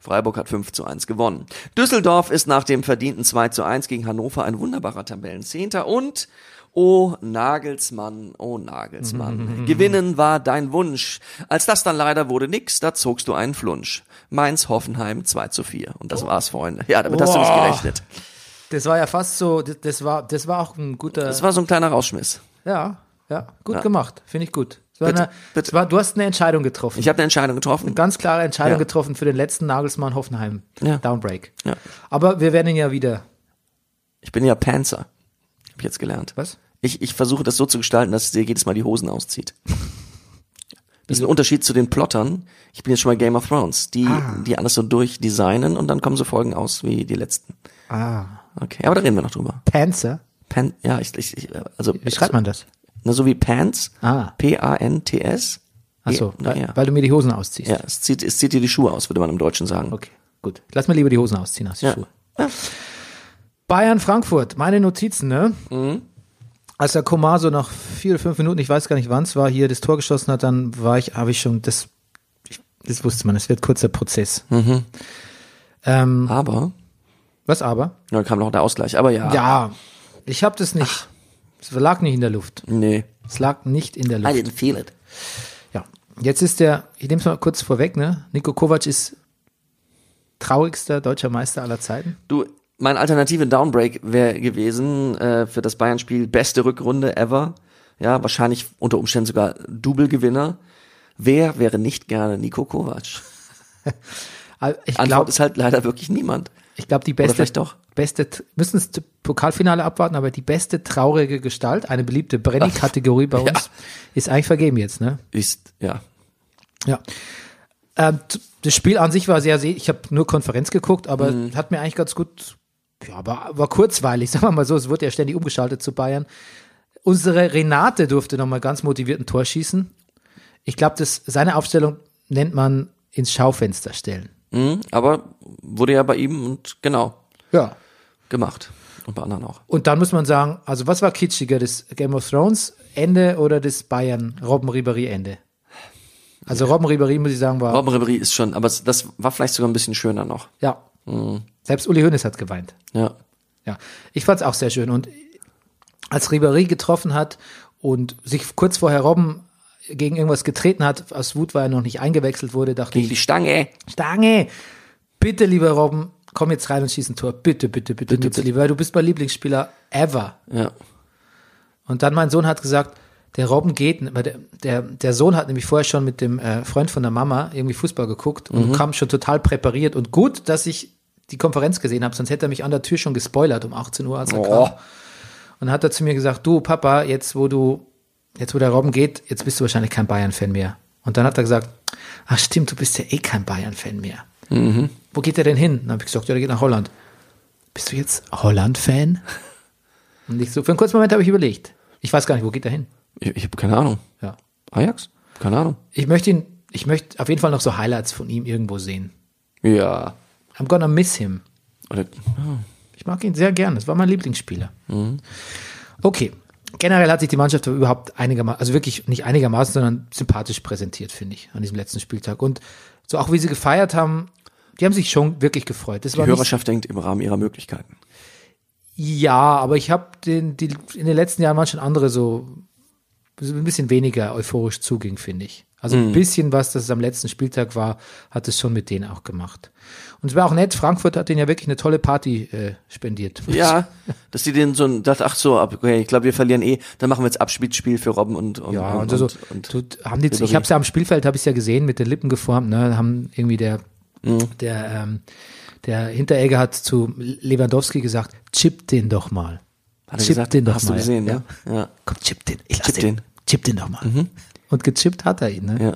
Speaker 2: Freiburg hat 5 zu 1 gewonnen. Düsseldorf ist nach dem verdienten 2 zu 1 gegen Hannover ein wunderbarer Tabellenzehnter und Oh Nagelsmann, oh Nagelsmann. Gewinnen war dein Wunsch. Als das dann leider wurde nix, da zogst du einen Flunsch. Mainz Hoffenheim 2 zu 4. Und das war's, Freunde. Ja, damit hast du nicht
Speaker 1: Boah.
Speaker 2: gerechnet.
Speaker 1: Das war ja fast so, das, das war, das war auch ein guter.
Speaker 2: Das war so ein kleiner Rausschmiss.
Speaker 1: ja, ja, gut
Speaker 2: Ja.
Speaker 1: gemacht. Finde ich gut. Es war
Speaker 2: Bitte,
Speaker 1: eine,
Speaker 2: bitte.
Speaker 1: Es war, du hast eine Entscheidung getroffen.
Speaker 2: Ich habe eine Entscheidung getroffen.
Speaker 1: eine ganz klare Entscheidung
Speaker 2: Ja.
Speaker 1: getroffen für den letzten Nagelsmann Hoffenheim
Speaker 2: Ja.
Speaker 1: Downbreak.
Speaker 2: Ja.
Speaker 1: Aber wir werden ihn ja wieder.
Speaker 2: Ich bin ja Panzer. Hab ich jetzt gelernt.
Speaker 1: Was?
Speaker 2: Ich, ich versuche das so zu gestalten, dass es dir jedes Mal die
Speaker 1: <laughs>
Speaker 2: Hosen auszieht. Das ist ein Unterschied zu den Plottern. Ich bin jetzt schon mal Game of Thrones. Die,
Speaker 1: Ah.
Speaker 2: die alles so durchdesignen und dann kommen so Folgen aus wie die letzten.
Speaker 1: Ah.
Speaker 2: Okay, aber da reden wir noch drüber.
Speaker 1: Panzer?
Speaker 2: Pan, ja, ich, ich, ich also
Speaker 1: Wie schreibt man das?
Speaker 2: Na, so wie Pants.
Speaker 1: Ah.
Speaker 2: P-A-N-T-S.
Speaker 1: Ach so,
Speaker 2: Ja,
Speaker 1: weil,
Speaker 2: E, ja.
Speaker 1: weil du mir die Hosen ausziehst.
Speaker 2: ja es, zieht, es zieht dir die Schuhe aus, würde man im Deutschen sagen.
Speaker 1: Okay, gut. Lass mir lieber die Hosen ausziehen als die
Speaker 2: Ja.
Speaker 1: Schuhe. Bayern Frankfurt, meine Notizen, ne? als der Komar so nach vier, fünf Minuten, ich weiß gar nicht wann es war, hier das Tor geschossen hat, dann war ich, habe ich schon, das, ich, das wusste man, es wird kurzer Prozess. Ähm,
Speaker 2: Aber,
Speaker 1: was aber?
Speaker 2: ja, kam noch der Ausgleich, aber ja.
Speaker 1: Ja, ich habe das nicht. Es lag nicht in der Luft.
Speaker 2: Nee.
Speaker 1: Es lag nicht in der Luft.
Speaker 2: didn't feel it.
Speaker 1: Ja, jetzt ist der, ich nehme es mal kurz vorweg, ne? Nico Kovac ist traurigster deutscher Meister aller Zeiten.
Speaker 2: Du, mein alternative Downbreak wäre gewesen äh, für das Bayern-Spiel beste Rückrunde ever. Ja, wahrscheinlich unter Umständen sogar Double-Gewinner. Wer wäre nicht gerne Nico Kovac?
Speaker 1: Also Ich
Speaker 2: Antwort
Speaker 1: glaube,
Speaker 2: ist halt leider wirklich niemand.
Speaker 1: ich glaub, die
Speaker 2: Oder
Speaker 1: beste,
Speaker 2: vielleicht doch.
Speaker 1: beste müssen das Pokalfinale abwarten, aber die beste traurige Gestalt, eine beliebte Brenny-Kategorie bei uns, ist eigentlich vergeben jetzt, ne?
Speaker 2: Ist, ja.
Speaker 1: Ja. Ähm, t- das Spiel an sich war sehr, sehr ich habe nur Konferenz geguckt, aber
Speaker 2: Mhm.
Speaker 1: hat mir eigentlich ganz gut, ja, aber war kurzweilig, <laughs> sagen wir mal so, es wurde ja ständig umgeschaltet zu Bayern. Unsere Renate durfte nochmal ganz motiviert ein Tor schießen. Ich glaube, das seine Aufstellung nennt man ins Schaufenster stellen.
Speaker 2: Mhm, aber wurde ja bei ihm und genau
Speaker 1: Ja.
Speaker 2: gemacht. Und bei anderen auch.
Speaker 1: Und dann muss man sagen, also was war kitschiger, das Game of Thrones Ende oder das Bayern Robben Ribery Ende? Also Robben Ribery muss ich sagen war
Speaker 2: Robben Ribery ist schon, aber es- das war vielleicht sogar ein bisschen schöner noch.
Speaker 1: ja.
Speaker 2: Mhm.
Speaker 1: Selbst Uli Hoeneß hat geweint.
Speaker 2: Ja.
Speaker 1: Ja, ich fand's auch sehr schön. Und als Ribéry getroffen hat und sich kurz vorher Robben gegen irgendwas getreten hat, aus Wut, weil er noch nicht eingewechselt wurde, dachte
Speaker 2: Gegen
Speaker 1: ich,
Speaker 2: die Stange.
Speaker 1: Stange, bitte, lieber Robben, komm jetzt rein und schieß ein Tor. Bitte, bitte, bitte, bitte, bitte. lieber. Du bist mein Lieblingsspieler ever.
Speaker 2: Ja.
Speaker 1: Und dann mein Sohn hat gesagt, der Robben geht, n- weil der, der, der Sohn hat nämlich vorher schon mit dem äh, Freund von der Mama irgendwie Fußball geguckt und kam schon total präpariert. Und gut, dass ich die Konferenz gesehen habe, sonst hätte er mich an der Tür schon gespoilert um 18 Uhr, als er
Speaker 2: Oh.
Speaker 1: kam. Und hat er zu mir gesagt, du Papa, jetzt wo du, jetzt wo der Robben geht, jetzt bist du wahrscheinlich kein Bayern-Fan mehr. Und dann hat er gesagt, ach stimmt, du bist ja eh kein Bayern-Fan mehr. Wo geht er denn hin? Dann habe ich gesagt, ja, der geht nach Holland. Bist du jetzt Holland-Fan? Und ich so, für einen kurzen Moment habe ich überlegt. Ich weiß gar nicht, wo geht er hin?
Speaker 2: Ich, ich habe keine Ahnung.
Speaker 1: Ja.
Speaker 2: Ajax? Keine Ahnung.
Speaker 1: Ich möchte ihn, ich möchte auf jeden Fall noch so Highlights von ihm irgendwo sehen.
Speaker 2: Ja.
Speaker 1: I'm gonna miss him.
Speaker 2: Oder, ja.
Speaker 1: Ich mag ihn sehr gern. Das war mein Lieblingsspieler. Okay. Generell hat sich die Mannschaft aber überhaupt einigermaßen, also wirklich nicht einigermaßen, sondern sympathisch präsentiert, finde ich, an diesem letzten Spieltag. Und so auch wie sie gefeiert haben, die haben sich schon wirklich gefreut. Das
Speaker 2: Die
Speaker 1: war nicht,
Speaker 2: Hörerschaft denkt im Rahmen ihrer Möglichkeiten.
Speaker 1: ja, aber ich habe den, die, in den letzten Jahren waren schon andere so, so ein bisschen weniger euphorisch zuging, finde ich. Also
Speaker 2: Mhm.
Speaker 1: ein bisschen was, das es am letzten Spieltag war, hat es schon mit denen auch gemacht. Und es war auch nett, Frankfurt hat denen ja wirklich eine tolle Party äh, spendiert.
Speaker 2: Ja, <laughs> dass die den so ein, dachte, ach so, ab- okay, ich glaube, wir verlieren eh, dann machen wir jetzt Abspielspiel für Robben und, und,
Speaker 1: Ja,
Speaker 2: und,
Speaker 1: also so,
Speaker 2: und, und,
Speaker 1: tut- haben die, ich
Speaker 2: Ribery.
Speaker 1: habe es ja am Spielfeld, habe ich ja gesehen, mit den Lippen geformt, ne, haben irgendwie der,
Speaker 2: Mhm.
Speaker 1: der, ähm, der Hinteregger hat zu Lewandowski gesagt, chip den doch mal.
Speaker 2: hat er gesagt,
Speaker 1: den doch
Speaker 2: hast
Speaker 1: mal.
Speaker 2: du gesehen,
Speaker 1: ja.
Speaker 2: ne? Ja.
Speaker 1: Komm, chip den. Ich lass
Speaker 2: Chip
Speaker 1: chip
Speaker 2: den. Mhm.
Speaker 1: den. Chip den doch mal. Und gechippt hat er ihn, ne?
Speaker 2: ja.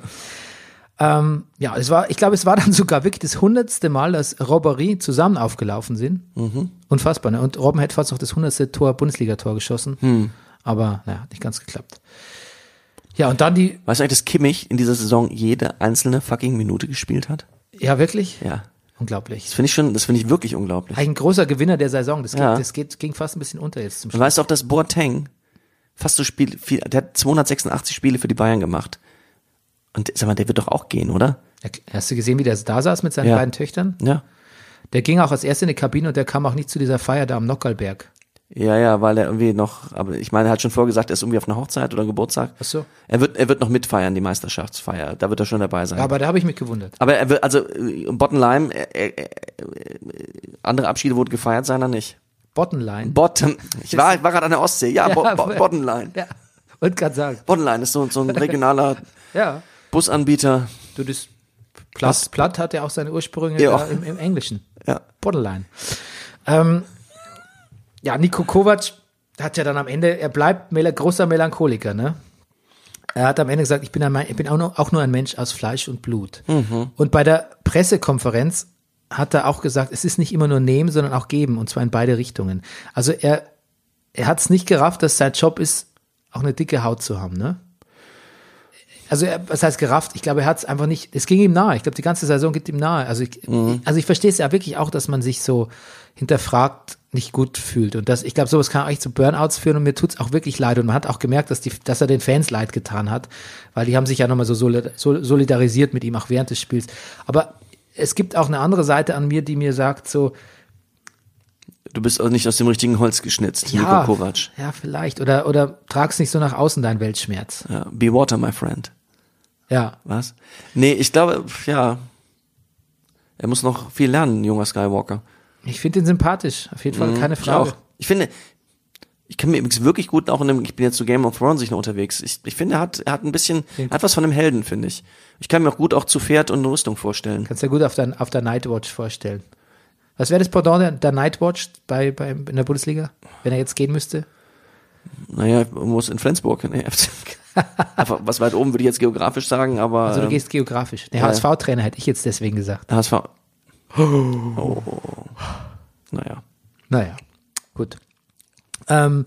Speaker 1: Ähm, ja, es war, ich glaube, es war dann <laughs> sogar wirklich das hundertste Mal, dass Robbery zusammen aufgelaufen sind.
Speaker 2: Mhm.
Speaker 1: Unfassbar, ne? Und Robben hätte fast noch das hundertste Tor, Bundesliga-Tor geschossen.
Speaker 2: Hm.
Speaker 1: Aber, naja, hat nicht ganz geklappt. Ja, und dann die,
Speaker 2: Weißt du eigentlich, dass Kimmich in dieser Saison jede einzelne fucking Minute gespielt hat?
Speaker 1: ja, wirklich?
Speaker 2: Ja. Das
Speaker 1: Unglaublich.
Speaker 2: finde ich schon, das finde ich wirklich unglaublich.
Speaker 1: Ein großer Gewinner der Saison. Das,
Speaker 2: Ja.
Speaker 1: geht, das geht, ging fast ein bisschen unter jetzt zum
Speaker 2: Und
Speaker 1: Schluss.
Speaker 2: weißt du auch, dass Boateng fast so Spiel, viel, der hat 286 Spiele für die Bayern gemacht. Und sag mal, der wird doch auch gehen, oder?
Speaker 1: Hast du gesehen, wie der da saß mit seinen
Speaker 2: Ja.
Speaker 1: beiden Töchtern?
Speaker 2: Ja.
Speaker 1: Der ging auch als erster in die Kabine und der kam auch nicht zu dieser Feier da am Nockerlberg.
Speaker 2: Ja, ja, weil er irgendwie noch, aber ich meine, er hat schon vorgesagt, er ist irgendwie auf einer Hochzeit oder Geburtstag.
Speaker 1: Ach so.
Speaker 2: Er wird, er wird noch mitfeiern, die Meisterschaftsfeier. Da wird er schon dabei sein.
Speaker 1: Ja, aber da habe ich mich gewundert.
Speaker 2: Aber er wird, also äh, bottom line, äh, äh, äh, andere Abschiede wurden gefeiert, seiner nicht.
Speaker 1: Bottomline.
Speaker 2: Bottom, ich war, ich war gerade an der Ostsee, ja, bo
Speaker 1: Ja,
Speaker 2: bo
Speaker 1: aber-
Speaker 2: bottom line.
Speaker 1: ja, wollte gerade sagen.
Speaker 2: Bottom line ist so, so ein <laughs> regionaler
Speaker 1: Ja.
Speaker 2: Busanbieter.
Speaker 1: Du, das Platt, Platt hat ja auch seine Ursprünge
Speaker 2: Ja.
Speaker 1: da im, im Englischen.
Speaker 2: Ja.
Speaker 1: Borderline. Ähm, ja, Nico Kovac hat ja dann am Ende, er bleibt mel großer Melancholiker, ne? Er hat am Ende gesagt, ich bin, ein, Me- ich bin auch, nur, auch nur ein Mensch aus Fleisch und Blut. Und bei der Pressekonferenz hat er auch gesagt, es ist nicht immer nur nehmen, sondern auch geben, und zwar in beide Richtungen. Also er, er hat es nicht gerafft, dass sein Job ist, auch eine dicke Haut zu haben, ne? also er, was heißt gerafft? Ich glaube, er hat es einfach nicht, es ging ihm nahe. Ich glaube, die ganze Saison geht ihm nahe. Also ich,
Speaker 2: Mhm.
Speaker 1: also ich verstehe es ja wirklich auch, dass man sich so hinterfragt, nicht gut fühlt. Und das, ich glaube, sowas kann eigentlich zu Burnouts führen und mir tut's auch wirklich leid. Und man hat auch gemerkt, dass, die, dass er den Fans leid getan hat, weil die haben sich ja nochmal so solid- so solidarisiert mit ihm, auch während des Spiels. Aber es gibt auch eine andere Seite an mir, die mir sagt so,
Speaker 2: Du bist auch nicht aus dem richtigen Holz geschnitzt,
Speaker 1: ja,
Speaker 2: Nico Kovac.
Speaker 1: ja, vielleicht. Oder, oder trag's nicht so nach außen, dein Weltschmerz.
Speaker 2: Ja, be water, my friend.
Speaker 1: Ja.
Speaker 2: Was? Nee, ich glaube, pf, ja. Er muss noch viel lernen, junger Skywalker.
Speaker 1: Ich finde ihn sympathisch. Auf jeden Fall keine
Speaker 2: Hm, Mhm. Ich
Speaker 1: Frage.
Speaker 2: auch. Ich finde, ich kann mir übrigens wirklich gut auch in dem, ich bin jetzt zu Game of Thrones nicht unterwegs. Ich, ich finde, er hat, er hat ein bisschen, er hat was von einem Helden, finde ich. Ich kann mir auch gut auch zu Pferd und Rüstung vorstellen.
Speaker 1: Kannst du dir gut auf der, auf der Nightwatch vorstellen. Was wäre das Pendant der, der Nightwatch bei, bei, in der Bundesliga, wenn er jetzt gehen müsste?
Speaker 2: Naja, muss in Flensburg.
Speaker 1: <laughs>
Speaker 2: Nee, FC. Einfach was weit oben würde ich jetzt geografisch sagen, aber.
Speaker 1: Also du
Speaker 2: ähm,
Speaker 1: gehst geografisch. Der HSV-Trainer hätte ich jetzt deswegen gesagt.
Speaker 2: HSV. Oh. Naja.
Speaker 1: Naja, gut. Ähm,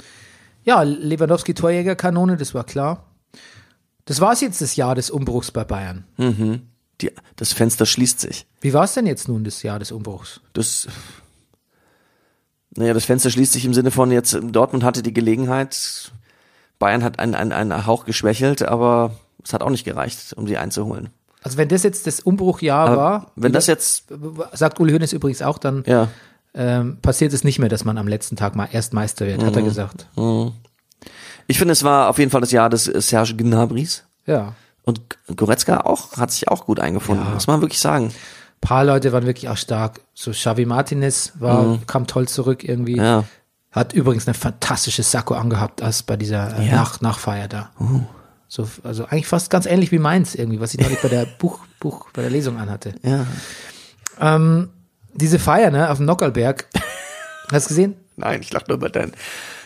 Speaker 1: ja, Lewandowski Torjägerkanone, das war klar. Das war es jetzt das Jahr des Umbruchs bei Bayern.
Speaker 2: Die, das Fenster schließt sich.
Speaker 1: Wie war es denn jetzt nun das Jahr des Umbruchs?
Speaker 2: Das. Naja, das Fenster schließt sich im Sinne von jetzt, ähm, Dortmund hatte die Gelegenheit, Bayern hat einen, einen, einen Hauch geschwächelt, aber es hat auch nicht gereicht, um sie einzuholen. Ähm,
Speaker 1: Also wenn das jetzt das Umbruchjahr war,
Speaker 2: Wenn das jetzt,
Speaker 1: sagt Uli Hoeneß übrigens auch, dann
Speaker 2: Ähm, ja,
Speaker 1: ähm, passiert es nicht mehr, dass man am letzten Tag mal erst Meister wird,
Speaker 2: Mhm.
Speaker 1: hat er gesagt.
Speaker 2: ich finde, es war auf jeden Fall das Jahr des äh, Serge Gnabrys
Speaker 1: Ja.
Speaker 2: und G- Goretzka auch, hat sich auch gut eingefunden, muss man wirklich sagen.
Speaker 1: paar Leute waren wirklich auch stark. So Xavi Martinez war, kam toll zurück irgendwie.
Speaker 2: Mhm. Ja.
Speaker 1: Hat übrigens eine fantastische Sakko angehabt als bei dieser äh, Nach Nachfeier da.
Speaker 2: Mhm.
Speaker 1: So, also eigentlich fast ganz ähnlich wie meins irgendwie, was ich neulich bei
Speaker 2: <laughs>
Speaker 1: der Buch, Buch, bei der Lesung anhatte.
Speaker 2: Ja.
Speaker 1: Ähm, diese Feier, ne, auf dem Nockerlberg. <laughs> Hast du gesehen?
Speaker 2: Nein, ich lache nur über dein,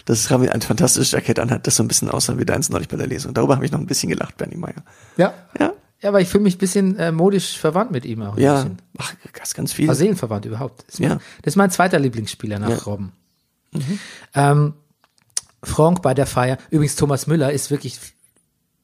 Speaker 2: dass Rami ein fantastisches Jackett anhat, das so ein bisschen aussah wie deins neulich bei der Lesung. Darüber habe ich noch ein bisschen gelacht, Benny Meyer.
Speaker 1: Ja.
Speaker 2: Ja,
Speaker 1: Ja, aber ich fühle mich ein bisschen äh, modisch verwandt mit ihm auch. ein
Speaker 2: ja,
Speaker 1: bisschen.
Speaker 2: ach, ganz, ganz viel.
Speaker 1: War seelenverwandt überhaupt. Das ist,
Speaker 2: Ja. Mhm.
Speaker 1: mein, das ist mein zweiter Lieblingsspieler nach Robben. Ähm, Frank bei der Feier. Übrigens, Thomas Müller ist wirklich.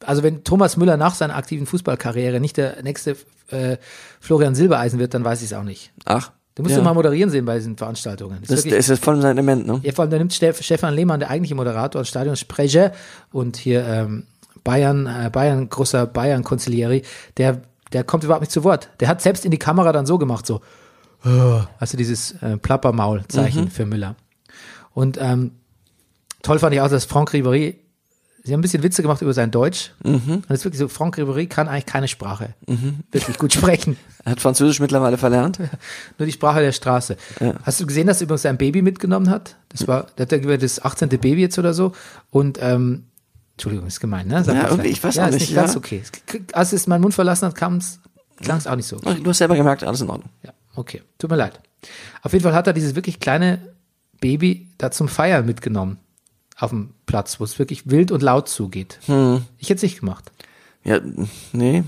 Speaker 1: Also wenn Thomas Müller nach seiner aktiven Fußballkarriere nicht der nächste äh, Florian Silbereisen wird, dann weiß ich es auch nicht.
Speaker 2: Ach,
Speaker 1: Du musst
Speaker 2: ja.
Speaker 1: ihn mal moderieren sehen bei diesen Veranstaltungen. Das
Speaker 2: Das,
Speaker 1: ist wirklich,
Speaker 2: das ist voll sein Element, ne?
Speaker 1: ja, vor allem, da nimmt Steff- Stefan Lehmann, der eigentliche Moderator und Stadionsprecher und hier ähm, Bayern, äh, Bayern, großer Bayern-Konzilieri, der, der kommt überhaupt nicht zu Wort. Der hat selbst in die Kamera dann so gemacht, so, äh, also dieses äh, Plappermaul-Zeichen für Müller. Und ähm, toll fand ich auch, dass Franck Ribéry, sie haben ein bisschen Witze gemacht über sein Deutsch. Und es ist wirklich so, Franck Ribéry kann eigentlich keine Sprache wirklich gut sprechen.
Speaker 2: Er hat Französisch mittlerweile verlernt.
Speaker 1: Nur die Sprache der Straße. Hast du gesehen, dass er übrigens sein Baby mitgenommen hat? Das war, der hat ja über das 18. Baby jetzt oder so. Und ähm, Entschuldigung, ist gemein, ne? Sag
Speaker 2: Ja,
Speaker 1: mal
Speaker 2: irgendwie,
Speaker 1: vielleicht.
Speaker 2: ich weiß
Speaker 1: ja,
Speaker 2: auch
Speaker 1: ist
Speaker 2: nicht,
Speaker 1: nicht ganz
Speaker 2: ja.
Speaker 1: okay. Es- Als es meinen Mund verlassen hat, klang es auch nicht so.
Speaker 2: Ach, Du hast selber gemerkt, alles in Ordnung.
Speaker 1: Ja, okay. Tut mir leid. Auf jeden Fall hat er dieses wirklich kleine Baby da zum Feiern mitgenommen. Auf dem Platz, wo es wirklich wild und laut zugeht.
Speaker 2: Hm.
Speaker 1: Ich hätte es nicht gemacht.
Speaker 2: Ja, nee.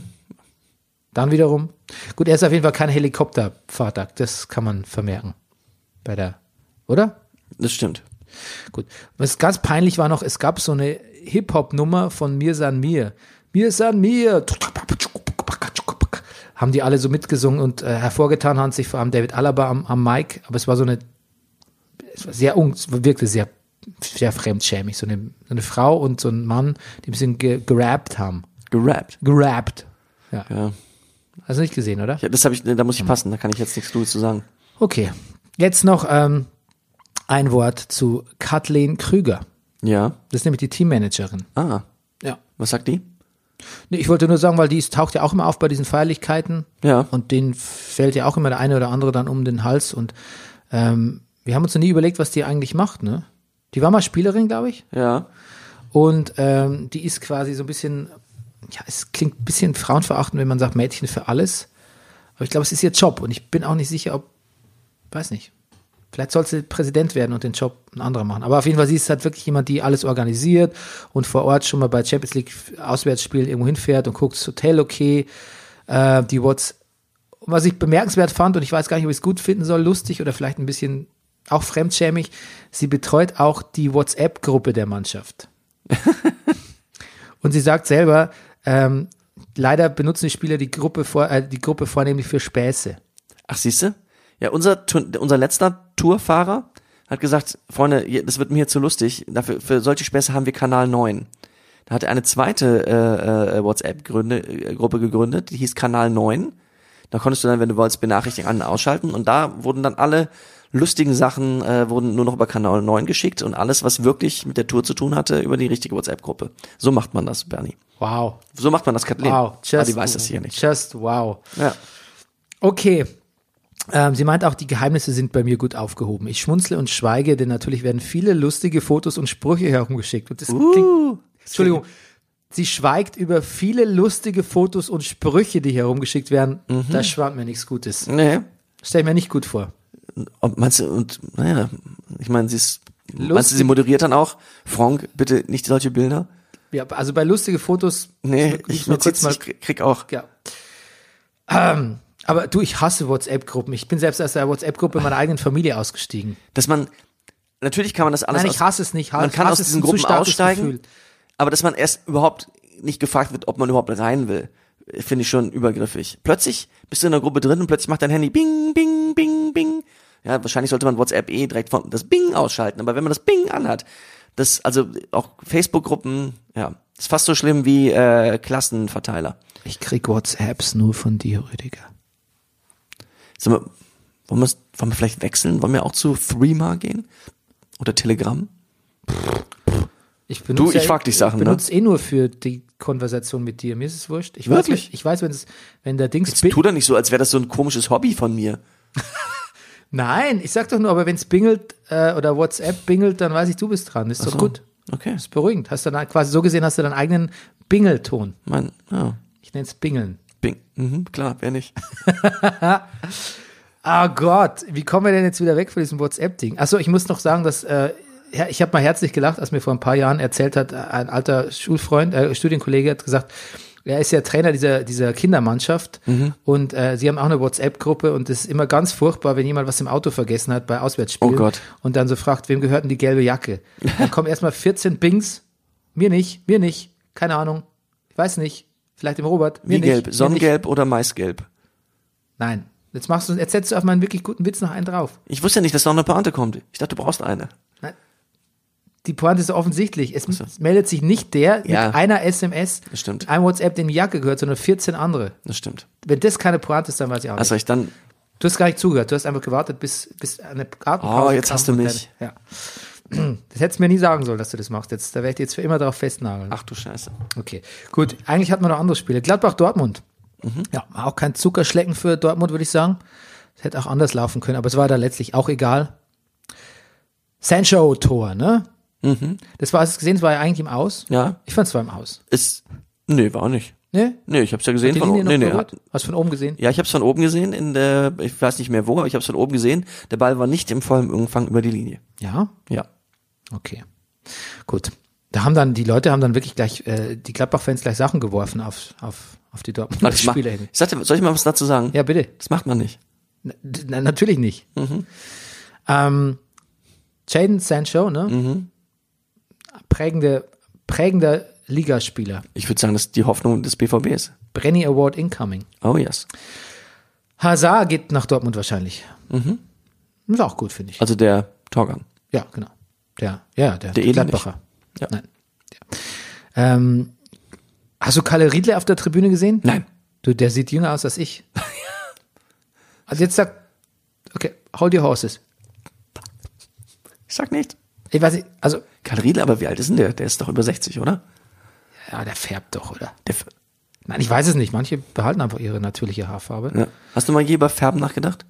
Speaker 1: Dann wiederum. Gut, er ist auf jeden Fall kein Helikoptervater. Das kann man vermerken. Bei der, oder?
Speaker 2: Das stimmt.
Speaker 1: Gut. Was ganz peinlich war noch, es gab so eine Hip-Hop-Nummer von Mir san mir. Mir san mir. Haben die alle so mitgesungen und äh, hervorgetan haben sich vor allem David Alaba am, am Mic, aber es war so eine, es war sehr, un, es wirkte sehr, sehr fremdschämig. So eine, so eine Frau und so ein Mann, die ein bisschen ge gerappt haben.
Speaker 2: Gerappt.
Speaker 1: Gerappt. Ja.
Speaker 2: Ja.
Speaker 1: Hast du nicht gesehen, oder?
Speaker 2: ja das habe ich, da muss ich
Speaker 1: Hm.
Speaker 2: passen, da kann ich jetzt nichts Gutes zu sagen.
Speaker 1: Okay. Jetzt noch ähm, ein Wort zu Kathleen Krüger.
Speaker 2: Ja.
Speaker 1: Das ist nämlich die Teammanagerin.
Speaker 2: Ah.
Speaker 1: Ja.
Speaker 2: Was sagt die?
Speaker 1: Nee, ich wollte nur sagen, weil die ist, taucht ja auch immer auf bei diesen Feierlichkeiten
Speaker 2: Ja.
Speaker 1: und denen fällt ja auch immer der eine oder andere dann um den Hals und ähm, wir haben uns noch nie überlegt, was die eigentlich macht, ne? Die war mal Spielerin, glaube ich.
Speaker 2: Ja.
Speaker 1: Und ähm, die ist quasi so ein bisschen, ja, es klingt ein bisschen frauenverachtend, wenn man sagt Mädchen für alles. Aber ich glaube, es ist ihr Job und ich bin auch nicht sicher, ob, weiß nicht. Vielleicht soll sie Präsident werden und den Job ein anderer machen. Aber auf jeden Fall, sie ist halt wirklich jemand, die alles organisiert und vor Ort schon mal bei Champions League Auswärtsspielen irgendwo hinfährt und guckt, das Hotel okay, äh, die What's. Und Was ich bemerkenswert fand, und ich weiß gar nicht, ob ich es gut finden soll, lustig oder vielleicht ein bisschen auch fremdschämig, sie betreut auch die WhatsApp-Gruppe der Mannschaft. Und sie sagt selber, ähm, leider benutzen die Spieler die Gruppe, vor, äh, die Gruppe vornehmlich für Späße.
Speaker 2: Ach, siehste? Ja, unser, Tour- unser letzter Tourfahrer hat gesagt, Freunde, je- das wird mir hier zu lustig, dafür, für solche Späße haben wir Kanal 9. Da hat er eine zweite äh, äh, WhatsApp-Gruppe gegründet, die hieß Kanal 9. Da konntest du dann, wenn du wolltest, Benachrichtigungen an- und ausschalten. Und da wurden dann alle lustigen Sachen, äh, wurden nur noch über Kanal 9 geschickt und alles, was wirklich mit der Tour zu tun hatte, über die richtige WhatsApp-Gruppe. So macht man das, Bernie.
Speaker 1: Wow.
Speaker 2: So macht man das, Kathleen.
Speaker 1: Wow.
Speaker 2: Ah, die weiß das hier nicht.
Speaker 1: Just wow.
Speaker 2: Ja.
Speaker 1: Okay. Ähm, sie meint auch, die Geheimnisse sind bei mir gut aufgehoben. Ich schmunzle und schweige, denn natürlich werden viele lustige Fotos und Sprüche herumgeschickt. Und das
Speaker 2: Uh,
Speaker 1: klingt, Entschuldigung. Sie schweigt über viele lustige Fotos und Sprüche, die herumgeschickt werden.
Speaker 2: Mhm.
Speaker 1: Da schwammt mir nichts Gutes.
Speaker 2: Nee.
Speaker 1: Stell mir nicht gut vor.
Speaker 2: Und meinst du, und naja, ich meine, sie ist. Meinst du,
Speaker 1: Lustig.
Speaker 2: sie moderiert dann auch? Frank, bitte nicht solche Bilder.
Speaker 1: Ja, also bei lustige Fotos.
Speaker 2: Nee,
Speaker 1: muss
Speaker 2: ich,
Speaker 1: man
Speaker 2: ich, ich krieg- krieg auch.
Speaker 1: Ja. Ähm, aber du, ich hasse WhatsApp-Gruppen. Ich bin selbst aus der WhatsApp-Gruppe meiner eigenen Familie ausgestiegen.
Speaker 2: Dass man. Natürlich kann man das alles.
Speaker 1: Nein, ich
Speaker 2: aus-
Speaker 1: hasse es nicht.
Speaker 2: Man
Speaker 1: Ich
Speaker 2: kann
Speaker 1: hasse
Speaker 2: aus
Speaker 1: es,
Speaker 2: diesen
Speaker 1: ein zu
Speaker 2: Gruppen
Speaker 1: starkes
Speaker 2: aussteigen,
Speaker 1: Gefühl.
Speaker 2: aber dass man erst überhaupt nicht gefragt wird, ob man überhaupt rein will, finde ich schon übergriffig. Plötzlich bist du in der Gruppe drin und plötzlich macht dein Handy Bing, Bing, Bing, Bing. Ja, wahrscheinlich sollte man WhatsApp eh direkt von das Bing ausschalten, aber wenn man das Bing anhat, das, also auch Facebook-Gruppen, ja, ist fast so schlimm wie äh, Klassenverteiler.
Speaker 1: Ich krieg WhatsApps nur von dir, Rüdiger.
Speaker 2: Sag mal, wollen, wir's- wollen wir vielleicht wechseln? Wollen wir auch zu Threema gehen? Oder Telegram?
Speaker 1: Ich benutze
Speaker 2: ich frag dich Sachen,
Speaker 1: Ich
Speaker 2: ne?
Speaker 1: benutze eh nur für die Konversation mit dir. Mir ist es wurscht. Ich Weiß,
Speaker 2: Wirklich?
Speaker 1: wenn- ich weiß, wenn es, wenn der Dings
Speaker 2: Tu doch nicht so, als wäre das so ein komisches Hobby von mir.
Speaker 1: Nein, ich sag doch nur, aber wenn es bingelt äh, oder WhatsApp bingelt, dann weiß ich, du bist dran. Ist doch gut.
Speaker 2: Okay.
Speaker 1: Ist beruhigend. Hast dann quasi so gesehen, hast du deinen eigenen Bingelton.
Speaker 2: Mein, ja.
Speaker 1: Ich nenne es Bingeln.
Speaker 2: Bing. Mhm, klar,
Speaker 1: <laughs>
Speaker 2: wer nicht.
Speaker 1: Ah Gott, wie kommen wir denn jetzt wieder weg von diesem WhatsApp-Ding? Achso, ich muss noch sagen, dass äh, ja, ich habe mal herzlich gelacht, als mir vor ein paar Jahren erzählt hat, äh, ein alter Schulfreund, äh, Studienkollege hat gesagt, er ist ja Trainer dieser, dieser Kindermannschaft
Speaker 2: Mhm.
Speaker 1: und äh, sie haben auch eine WhatsApp-Gruppe und es ist immer ganz furchtbar, wenn jemand was im Auto vergessen hat bei Auswärtsspielen
Speaker 2: Oh Gott.
Speaker 1: und dann so fragt, wem gehört denn die gelbe Jacke? Dann kommen erstmal 14 Bings, mir nicht, mir nicht, keine Ahnung, ich weiß nicht, vielleicht dem Robert, mir
Speaker 2: Wie
Speaker 1: nicht,
Speaker 2: gelb?
Speaker 1: mir nicht.
Speaker 2: Sonnengelb oder Maisgelb?
Speaker 1: Nein, jetzt machst du, jetzt setzt du auf meinen wirklich guten Witz noch einen drauf.
Speaker 2: Ich wusste ja nicht, dass noch eine Pointe kommt. Ich dachte, du brauchst eine.
Speaker 1: die Pointe ist offensichtlich. Es meldet sich nicht der
Speaker 2: Ja.
Speaker 1: mit einer SMS,
Speaker 2: Das stimmt.
Speaker 1: einem WhatsApp, dem die Jacke gehört, sondern 14 andere.
Speaker 2: Das stimmt.
Speaker 1: Wenn das keine Pointe ist, dann weiß ich auch
Speaker 2: Hast
Speaker 1: nicht.
Speaker 2: recht, dann.
Speaker 1: Du hast gar nicht zugehört. Du hast einfach gewartet, bis, bis eine Gartenpause
Speaker 2: Oh, jetzt
Speaker 1: kam
Speaker 2: hast du
Speaker 1: und
Speaker 2: mich.
Speaker 1: Deine, ja. <clears throat> Das hättest du mir nie sagen sollen, dass du das machst. Jetzt, da werde ich dich jetzt für immer darauf festnageln.
Speaker 2: Ach du Scheiße.
Speaker 1: Okay, gut. Eigentlich hat man noch andere Spiele. Gladbach-Dortmund.
Speaker 2: Mhm.
Speaker 1: Ja, war auch kein Zuckerschlecken für Dortmund, würde ich sagen. Es hätte auch anders laufen können, aber es war da letztlich auch egal. Sancho-Tor, ne? Das war, hast du es gesehen, es war ja eigentlich im Aus.
Speaker 2: Mhm. Ja.
Speaker 1: Ich fand es war im Aus.
Speaker 2: Ist. Nee, war auch nicht.
Speaker 1: Ne?
Speaker 2: Nee, ich hab's ja gesehen
Speaker 1: Die
Speaker 2: von
Speaker 1: Linie
Speaker 2: oben.
Speaker 1: noch
Speaker 2: Nee, nee.
Speaker 1: berührt?
Speaker 2: Hat,
Speaker 1: Hast du von oben gesehen?
Speaker 2: ja, ich hab's von oben gesehen in der, ich weiß nicht mehr wo, aber ich hab's von oben gesehen. Der Ball war nicht im vollen Umfang über die Linie.
Speaker 1: Ja.
Speaker 2: Ja.
Speaker 1: Okay. Gut. Da haben dann, die Leute haben dann wirklich gleich, äh, die Gladbach-Fans gleich Sachen geworfen auf, auf, auf die Dortmunder
Speaker 2: ich, mach,
Speaker 1: Spieler hin.
Speaker 2: ich sagte, soll ich mal was dazu sagen?
Speaker 1: Ja, bitte.
Speaker 2: Das macht man nicht.
Speaker 1: Na, d- na, natürlich nicht. Ähm, Jaden Sancho, ne? Prägende, prägender Ligaspieler.
Speaker 2: Ich würde sagen, das ist die Hoffnung des BVBs.
Speaker 1: Brenny Award incoming.
Speaker 2: Oh yes.
Speaker 1: Hazard geht nach Dortmund wahrscheinlich. Ist auch gut, finde ich.
Speaker 2: Also der Torgang.
Speaker 1: Ja, genau. Der, ja, der,
Speaker 2: Der Ede
Speaker 1: Gladbacher.
Speaker 2: Ja.
Speaker 1: Nein. Ja. Ähm, hast du Kalle Riedle auf der Tribüne gesehen?
Speaker 2: Nein.
Speaker 1: Du, der sieht jünger aus als
Speaker 2: <laughs>
Speaker 1: ich. also jetzt sag, okay, hold your horses.
Speaker 2: Ich sag nicht.
Speaker 1: Ich weiß nicht, also,
Speaker 2: Karl Riedler, aber wie alt ist denn der? Der ist doch über 60, oder?
Speaker 1: ja, der färbt doch, oder?
Speaker 2: Der,
Speaker 1: Nein, ich weiß es nicht. Manche behalten einfach ihre natürliche Haarfarbe.
Speaker 2: ja. ne? Hast du mal je über Färben nachgedacht?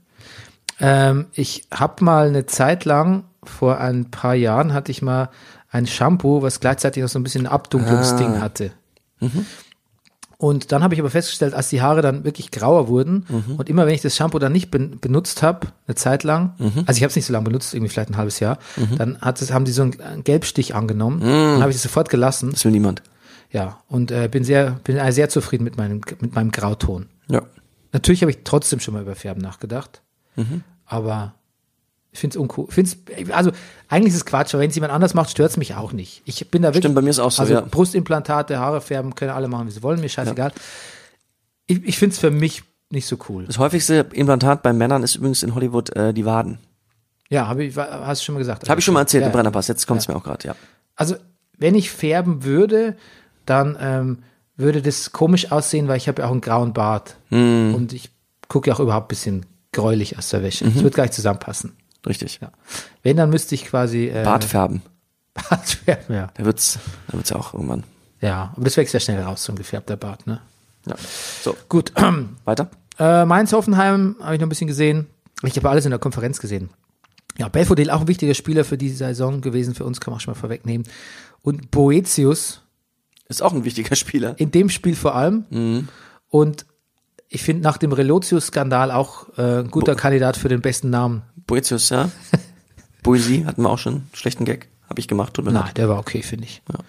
Speaker 1: Ähm, ich habe mal eine Zeit lang, vor ein paar Jahren, hatte ich mal ein Shampoo, was gleichzeitig noch so ein bisschen ein Abdunklungsding hatte. Und dann habe ich aber festgestellt, als die Haare dann wirklich grauer wurden und immer wenn ich das Shampoo dann nicht ben benutzt habe, eine Zeit lang, also ich habe es nicht so lange benutzt, irgendwie vielleicht ein halbes Jahr, dann hat es, haben die so einen, einen Gelbstich angenommen, dann habe ich es sofort gelassen.
Speaker 2: Das will niemand.
Speaker 1: Ja, und äh, bin sehr, bin äh, sehr zufrieden mit meinem, mit meinem Grauton.
Speaker 2: Ja.
Speaker 1: Natürlich habe ich trotzdem schon mal über Färben nachgedacht.
Speaker 2: Mhm.
Speaker 1: Aber ich finde es uncool. Find's, also eigentlich ist es Quatsch, aber wenn es jemand anders macht, stört es mich auch nicht. Ich bin da wirklich.
Speaker 2: Stimmt, bei mir ist auch so,
Speaker 1: Also
Speaker 2: ja.
Speaker 1: Brustimplantate, Haare färben, können alle machen, wie sie wollen, mir scheißegal. Ich, ich finde es für mich nicht so cool.
Speaker 2: Das häufigste Implantat bei Männern ist übrigens in Hollywood äh, die Waden.
Speaker 1: Ja, hab ich, wa- hast du schon mal gesagt.
Speaker 2: Habe ich schon mal erzählt
Speaker 1: ja.
Speaker 2: im Brennerpass, jetzt kommt es mir auch gerade, ja.
Speaker 1: Also, wenn ich färben würde, dann ähm, würde das komisch aussehen, weil ich habe ja auch einen grauen Bart.
Speaker 2: Hm.
Speaker 1: Und ich gucke ja auch überhaupt ein bisschen gräulich aus der Wäsche. Es
Speaker 2: Mhm.
Speaker 1: wird gleich zusammenpassen.
Speaker 2: Richtig.
Speaker 1: Ja. Wenn, dann müsste ich quasi äh, <laughs>
Speaker 2: Bart färben.
Speaker 1: Bart färben. Ja.
Speaker 2: Da wird's, da wird's auch irgendwann.
Speaker 1: ja, aber das wächst ja schnell raus, so ein gefärbter Bart. Ne?
Speaker 2: Ja. So,
Speaker 1: Gut, <clears throat>
Speaker 2: weiter.
Speaker 1: Äh, Mainz Hoffenheim habe ich noch ein bisschen gesehen. Ich habe alles in der Konferenz gesehen. Ja, Belfodil auch ein wichtiger Spieler für die Saison gewesen, für uns kann man schon mal vorwegnehmen. Und Boetius,
Speaker 2: Ist auch ein wichtiger <laughs> Spieler.
Speaker 1: in dem Spiel vor allem. Und ich finde nach dem Relotius-Skandal auch äh, ein guter Kandidat für den besten Namen.
Speaker 2: Boetius, <laughs> ja. Boesie hatten wir auch schon. Schlechten Gag. Habe ich gemacht, tut mir
Speaker 1: Nein,
Speaker 2: leid.
Speaker 1: der war okay, finde ich.
Speaker 2: Ja.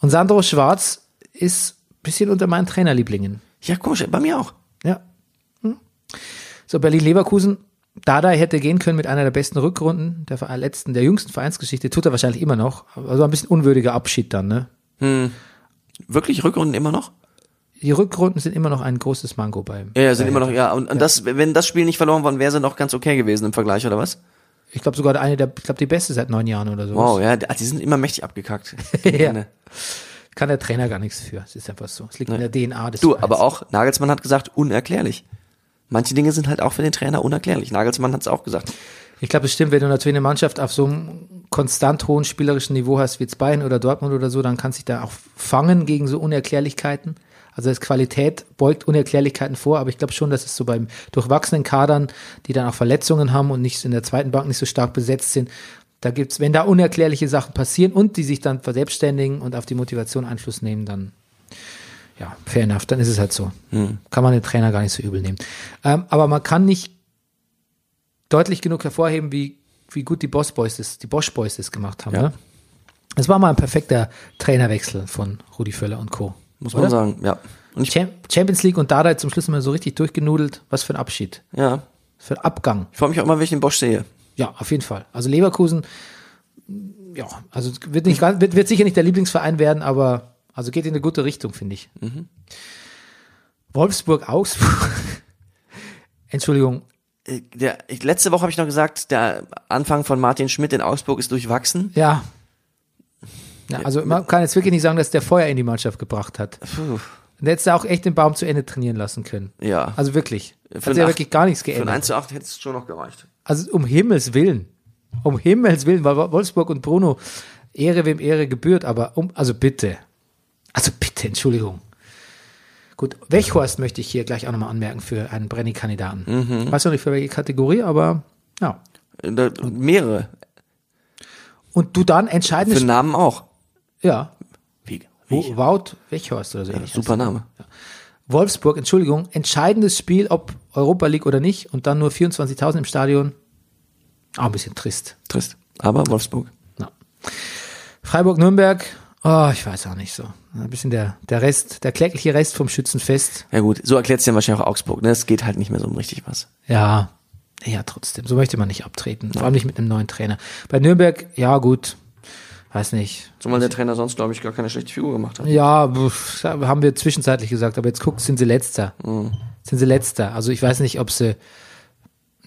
Speaker 1: Und Sandro Schwarz ist ein bisschen unter meinen Trainerlieblingen.
Speaker 2: Ja, komisch, bei mir auch.
Speaker 1: Ja. Hm. So, Berlin-Leverkusen. Dardai hätte gehen können mit einer der besten Rückrunden der Ver- letzten, der jüngsten Vereinsgeschichte. Tut er wahrscheinlich immer noch. Also ein bisschen unwürdiger Abschied dann, ne?
Speaker 2: Wirklich Rückrunden immer noch?
Speaker 1: Die Rückrunden sind immer noch ein großes Mango beim.
Speaker 2: Ja, ja sind immer noch, ja. Und, und das, wenn das Spiel nicht verloren worden wäre, sind auch ganz okay gewesen im Vergleich, oder was?
Speaker 1: Ich glaube sogar eine der, ich glaube die beste seit neun Jahren oder so.
Speaker 2: Wow, ja, die die sind immer
Speaker 1: <laughs>
Speaker 2: mächtig abgekackt.
Speaker 1: ja. Kann der Trainer gar nichts für. Es ist einfach so. Es liegt in der DNA des
Speaker 2: Du,
Speaker 1: Vereins.
Speaker 2: aber auch, Nagelsmann hat gesagt, unerklärlich. Manche Dinge sind halt auch für den Trainer unerklärlich. Nagelsmann hat es auch gesagt.
Speaker 1: Ich glaube, es stimmt, wenn du natürlich eine Mannschaft auf so einem konstant hohen spielerischen Niveau hast, wie jetzt Bayern oder Dortmund oder so, dann kannst du dich da auch fangen gegen so Unerklärlichkeiten. Also das Qualität beugt Unerklärlichkeiten vor, aber ich glaube schon, dass es so beim durchwachsenen Kadern, die dann auch Verletzungen haben und nicht in der zweiten Bank nicht so stark besetzt sind, da gibt's, wenn da unerklärliche Sachen passieren und die sich dann verselbstständigen und auf die Motivation Einfluss nehmen, dann ja, fair enough, dann ist es halt so.
Speaker 2: Hm.
Speaker 1: Kann man den Trainer gar nicht so übel nehmen. Ähm, aber man kann nicht deutlich genug hervorheben, wie, wie gut die Boss Boys das, die Bosch Boys das gemacht haben.
Speaker 2: Ja.
Speaker 1: Ne? Es war mal ein perfekter Trainerwechsel von Rudi Völler und Co.
Speaker 2: Muss
Speaker 1: Oder?
Speaker 2: man sagen, ja. Und ich,
Speaker 1: Cham- Champions League und Dada zum Schluss immer so richtig durchgenudelt. Was für ein Abschied.
Speaker 2: ja.
Speaker 1: Für ein Abgang.
Speaker 2: Ich freue mich auch immer, wenn ich den Bosch sehe.
Speaker 1: Ja, auf jeden Fall. Also Leverkusen, ja, also es wird, nicht, ganz- wird, wird sicher nicht der Lieblingsverein werden, aber also geht in eine gute Richtung, finde ich.
Speaker 2: Mhm.
Speaker 1: Wolfsburg, Augsburg. <laughs> Entschuldigung,
Speaker 2: Äh, Der, ich, letzte Woche habe ich noch gesagt, der Anfang von Martin Schmidt in Augsburg ist durchwachsen.
Speaker 1: ja. ja. Also man kann jetzt wirklich nicht sagen, dass der Feuer in die Mannschaft gebracht hat.
Speaker 2: Puh,
Speaker 1: Und hättest du auch echt den Baum zu Ende trainieren lassen können.
Speaker 2: ja.
Speaker 1: Also wirklich.
Speaker 2: Für
Speaker 1: Hat
Speaker 2: ein
Speaker 1: ja
Speaker 2: Acht-
Speaker 1: wirklich gar nichts
Speaker 2: Von
Speaker 1: geändert.
Speaker 2: 1 zu 8 hätte es schon noch gereicht.
Speaker 1: Also um Himmels Willen. Um Himmels Willen, weil Wolfsburg und Bruno Ehre wem Ehre gebührt, aber um, also bitte. Also bitte, Entschuldigung. Gut, Wechhorst möchte ich hier gleich auch nochmal anmerken für einen Brenny-Kandidaten.
Speaker 2: Mhm.
Speaker 1: Weiß noch nicht für welche Kategorie, aber ja.
Speaker 2: Äh, Da, mehrere.
Speaker 1: Und du dann
Speaker 2: Für
Speaker 1: entscheidest,
Speaker 2: Namen auch.
Speaker 1: ja,
Speaker 2: Wie,
Speaker 1: Wo- Wout Wechhorst oder so ähnlich.
Speaker 2: Super Name.
Speaker 1: Wolfsburg, Entschuldigung, entscheidendes Spiel, ob Europa League oder nicht und dann nur 24.000 im Stadion. Auch ein bisschen trist.
Speaker 2: Trist. Aber Wolfsburg.
Speaker 1: Ja. Freiburg-Nürnberg, oh, ich weiß auch nicht so. Ein bisschen der, der Rest, der klägliche Rest vom Schützenfest.
Speaker 2: Ja gut, so erklärt es dann wahrscheinlich auch Augsburg. Ne? Es geht halt nicht mehr so um richtig was.
Speaker 1: Ja, ja, trotzdem. So möchte man nicht abtreten. Vor allem nicht mit einem neuen Trainer. Bei Nürnberg, ja, gut. Weiß nicht.
Speaker 2: Zumal der Trainer sonst, glaube ich, gar keine schlechte Figur gemacht hat.
Speaker 1: Ja, pf, haben wir zwischenzeitlich gesagt, aber jetzt guckt, sind sie letzter. Sind sie letzter. Also ich weiß nicht, ob sie.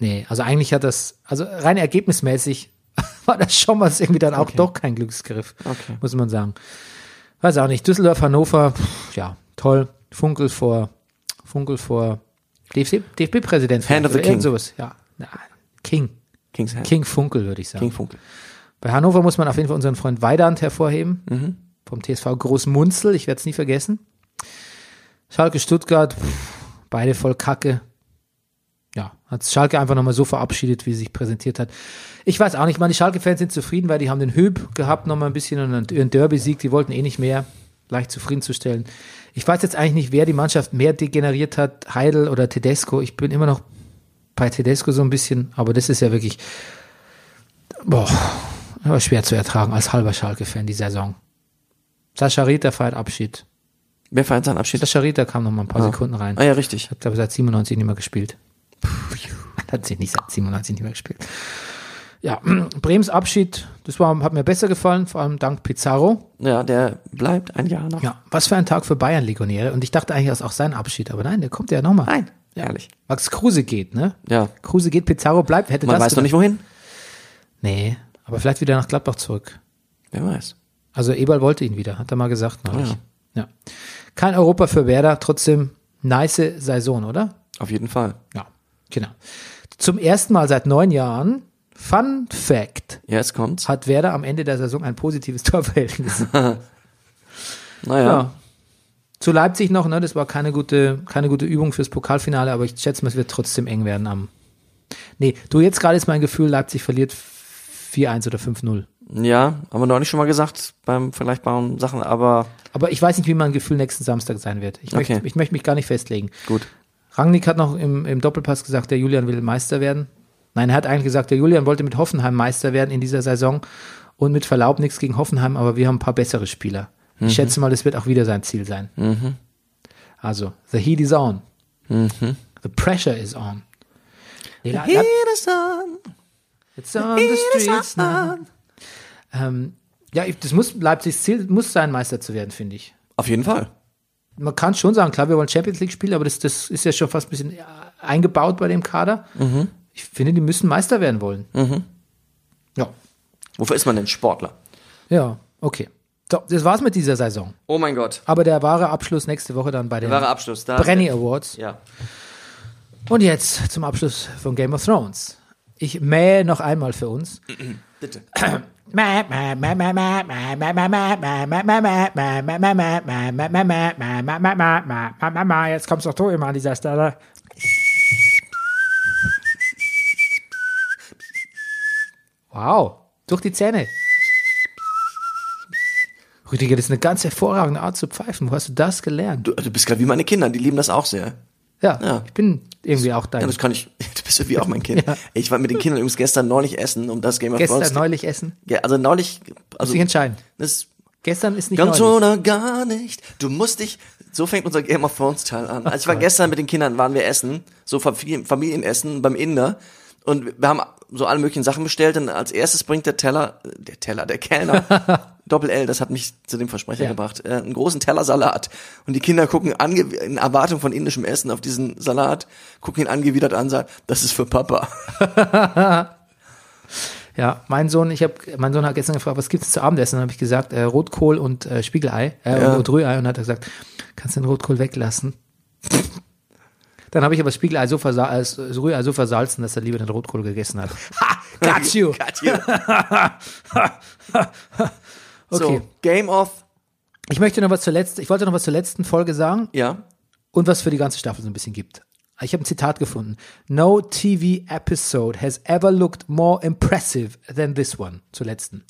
Speaker 1: Nee, also eigentlich hat das, also rein ergebnismäßig <laughs> war das schon mal irgendwie dann auch doch kein Glücksgriff, muss man sagen. Weiß auch nicht. Düsseldorf, Hannover, pf, ja, toll. Funkel vor, Funkel vor DFB, DFB-Präsident.
Speaker 2: Hand of the
Speaker 1: Oder irgend
Speaker 2: King.
Speaker 1: Sowas. Ja. Na, King.
Speaker 2: Kings Hand.
Speaker 1: King Funkel, würde ich sagen.
Speaker 2: King Funkel.
Speaker 1: Bei Hannover muss man auf jeden Fall unseren Freund Weidand hervorheben. Vom TSV Großmunzel, ich werde es nie vergessen. Schalke Stuttgart, pff, beide voll Kacke. Ja, hat Schalke einfach nochmal so verabschiedet, wie sie sich präsentiert hat. Ich weiß auch nicht, ich meine, die Schalke-Fans sind zufrieden, weil die haben den Hüb gehabt nochmal ein bisschen und dann ihren Derby-Sieg, die wollten eh nicht mehr, leicht zufriedenzustellen. Ich weiß jetzt eigentlich nicht, wer die Mannschaft mehr degeneriert hat, Heidel oder Tedesco. Ich bin immer noch bei Tedesco so ein bisschen, aber das ist ja wirklich, boah, aber schwer zu ertragen als halber Schalke-Fan die Saison. Sascha Ritter feiert Abschied.
Speaker 2: Wer feiert seinen Abschied?
Speaker 1: Sascha Ritter kam noch mal ein paar Sekunden rein.
Speaker 2: Ah ja, richtig.
Speaker 1: Hat aber seit 97 nicht mehr gespielt. Hat sie nicht seit 97 nicht mehr gespielt. Ja, <clears throat> Brems Abschied, das war, hat mir besser gefallen, vor allem dank Pizarro.
Speaker 2: Ja, der bleibt ein Jahr noch.
Speaker 1: Ja, was für ein Tag für Bayern-Legionäre. Und ich dachte eigentlich, das ist auch sein Abschied, aber nein, der kommt ja nochmal.
Speaker 2: Nein, ehrlich.
Speaker 1: Max Kruse geht, ne?
Speaker 2: Ja.
Speaker 1: Kruse geht, Pizarro bleibt, hätte
Speaker 2: Man
Speaker 1: das
Speaker 2: weiß doch nicht wohin.
Speaker 1: Nee, aber vielleicht wieder nach Gladbach zurück.
Speaker 2: Wer weiß.
Speaker 1: Also Eberl wollte ihn wieder, hat er mal gesagt neulich.
Speaker 2: Ja.
Speaker 1: Ja. Kein Europa für Werder, trotzdem nice Saison, oder?
Speaker 2: Auf jeden Fall.
Speaker 1: Ja, genau. Zum ersten Mal seit neun Jahren, Fun Fact,
Speaker 2: Ja, es kommt.
Speaker 1: hat Werder am Ende der Saison ein positives <laughs> Torverhältnis.
Speaker 2: Naja.
Speaker 1: Ja. Zu Leipzig noch, ne? Das war keine gute, keine gute Übung fürs Pokalfinale, aber ich schätze mal, es wird trotzdem eng werden am. Nee, du, jetzt gerade ist mein Gefühl, Leipzig verliert 4-1 oder 5-0.
Speaker 2: Ja, haben wir neulich schon mal gesagt beim vergleichbaren Sachen, aber
Speaker 1: Aber ich weiß nicht, wie mein Gefühl nächsten Samstag sein wird. Ich,
Speaker 2: Okay.
Speaker 1: möchte, ich möchte mich gar nicht festlegen.
Speaker 2: gut.
Speaker 1: Rangnick hat noch im, im Doppelpass gesagt, der Julian will Meister werden. Nein, er hat eigentlich gesagt, der Julian wollte mit Hoffenheim Meister werden in dieser Saison. Und mit Verlaub nichts gegen Hoffenheim, aber wir haben ein paar bessere Spieler. Ich schätze mal, das wird auch wieder sein Ziel sein. Also, the heat is on. The pressure is on. Nee, la- la- It's on the streets now. Ähm, ja, ich- das muss Leipzigs Ziel muss sein, Meister zu werden, finde ich.
Speaker 2: Auf jeden Fall.
Speaker 1: man kann schon sagen, klar, wir wollen Champions League spielen, aber das, das ist ja schon fast ein bisschen äh, eingebaut bei dem Kader. Ich finde, die müssen Meister werden wollen. Ja,
Speaker 2: Wofür ist man denn Sportler?
Speaker 1: ja, okay. So, das war's mit dieser Saison.
Speaker 2: Oh mein Gott.
Speaker 1: Aber der wahre Abschluss nächste Woche dann bei den
Speaker 2: Wahrer Abschluss. Da
Speaker 1: Brenny Awards.
Speaker 2: Ja.
Speaker 1: Und jetzt zum Abschluss von Game of Thrones. Ich mähe noch einmal für uns.
Speaker 2: <clears throat> Bitte.
Speaker 1: Jetzt kommst doch du immer an dieser Stelle. Wow, durch die Zähne. Rüdiger, das ist eine ganz hervorragende Art zu pfeifen. Wo hast du das gelernt?
Speaker 2: Du, also du bist gerade wie meine Kinder, die lieben das auch sehr.
Speaker 1: Ja,
Speaker 2: Ja.
Speaker 1: ich bin irgendwie auch
Speaker 2: Ja,
Speaker 1: dein.
Speaker 2: das kann ich. <laughs> Du bist irgendwie auch
Speaker 1: <laughs>
Speaker 2: mein Kind. Ich war mit den Kindern übrigens gestern neulich essen, um das Game of
Speaker 1: Gestern
Speaker 2: Thrones.
Speaker 1: neulich essen.
Speaker 2: Ja, also neulich. Also,
Speaker 1: Sich entscheiden.
Speaker 2: das
Speaker 1: Gestern ist nicht
Speaker 2: Ganz
Speaker 1: neulich.
Speaker 2: oder gar nicht. Du musst dich. So fängt unser Game of Thrones Teil an. Also ich war gestern mit den Kindern, waren wir essen, so Familien- Familienessen beim Inder. Und wir haben so alle möglichen Sachen bestellt. Und als erstes bringt der Teller, der Teller, der
Speaker 1: <laughs>
Speaker 2: Kellner, Doppel L, das hat mich zu dem Versprecher
Speaker 1: Ja.
Speaker 2: gebracht, äh, einen großen Teller Salat. Und die Kinder gucken ange in Erwartung von indischem Essen auf diesen Salat, gucken ihn angewidert an, sagen, das ist für Papa.
Speaker 1: Ja, mein Sohn, ich habe, mein Sohn hat gestern gefragt, was gibt's zu Abendessen? Dann habe ich gesagt, äh, Rotkohl und äh, Spiegelei äh,
Speaker 2: Ja.
Speaker 1: und, und Rührei und hat er gesagt, kannst den Rotkohl weglassen. <laughs> Dann habe ich aber das Spiegelei so versalzen, das Rührei so versalzen, dass er lieber den Rotkohl gegessen hat. Ha,
Speaker 2: <laughs>
Speaker 1: got you. <laughs>
Speaker 2: Got you.
Speaker 1: Okay.
Speaker 2: So, Game of,
Speaker 1: Ich möchte noch was zur letzten, ich wollte noch was zur letzten Folge sagen
Speaker 2: ja.
Speaker 1: und was für die ganze Staffel so ein bisschen gibt. Ich habe ein Zitat gefunden. No TV episode has ever looked more impressive than this one. Zur letzten.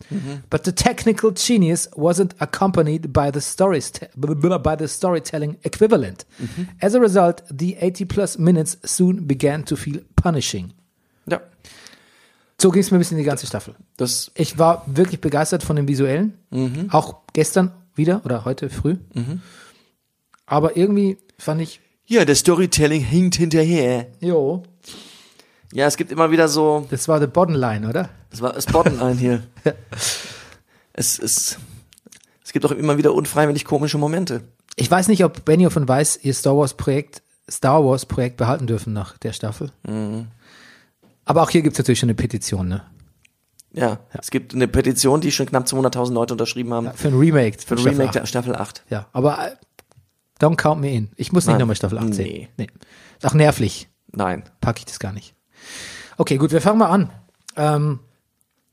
Speaker 1: But the technical genius wasn't accompanied by the stories by the storytelling equivalent. As a result, the 80 plus minutes soon began to feel punishing.
Speaker 2: Ja.
Speaker 1: So ging es mir ein bisschen die ganze Staffel.
Speaker 2: Das,
Speaker 1: Ich war wirklich begeistert von dem Visuellen. Auch gestern wieder oder heute früh. Aber irgendwie fand ich,
Speaker 2: ja, der Storytelling hinkt hinterher.
Speaker 1: jo,
Speaker 2: Ja, es gibt immer wieder so,
Speaker 1: Das war the bottom line, oder?
Speaker 2: es war es botten <laughs> ein hier. Es es es gibt auch immer wieder unfreiwillig komische Momente.
Speaker 1: Ich weiß nicht, ob Benioff und Weiss ihr Star Wars Projekt, Star Wars Projekt behalten dürfen nach der Staffel.
Speaker 2: Mhm.
Speaker 1: Aber auch hier gibt es natürlich schon eine Petition, ne?
Speaker 2: Ja, es gibt eine Petition, die schon knapp 200.000 Leute unterschrieben haben
Speaker 1: Für ein Remake.
Speaker 2: für ein
Speaker 1: Staffel
Speaker 2: Remake
Speaker 1: acht.
Speaker 2: der Staffel 8.
Speaker 1: Ja, aber äh, don't count me in. Ich muss nicht
Speaker 2: Nein.
Speaker 1: nochmal Staffel 8 sehen.
Speaker 2: Nee.
Speaker 1: Nee. Ist auch nervlich.
Speaker 2: Nein,
Speaker 1: Packe ich das gar nicht. Okay, gut, wir fangen mal an. Ähm,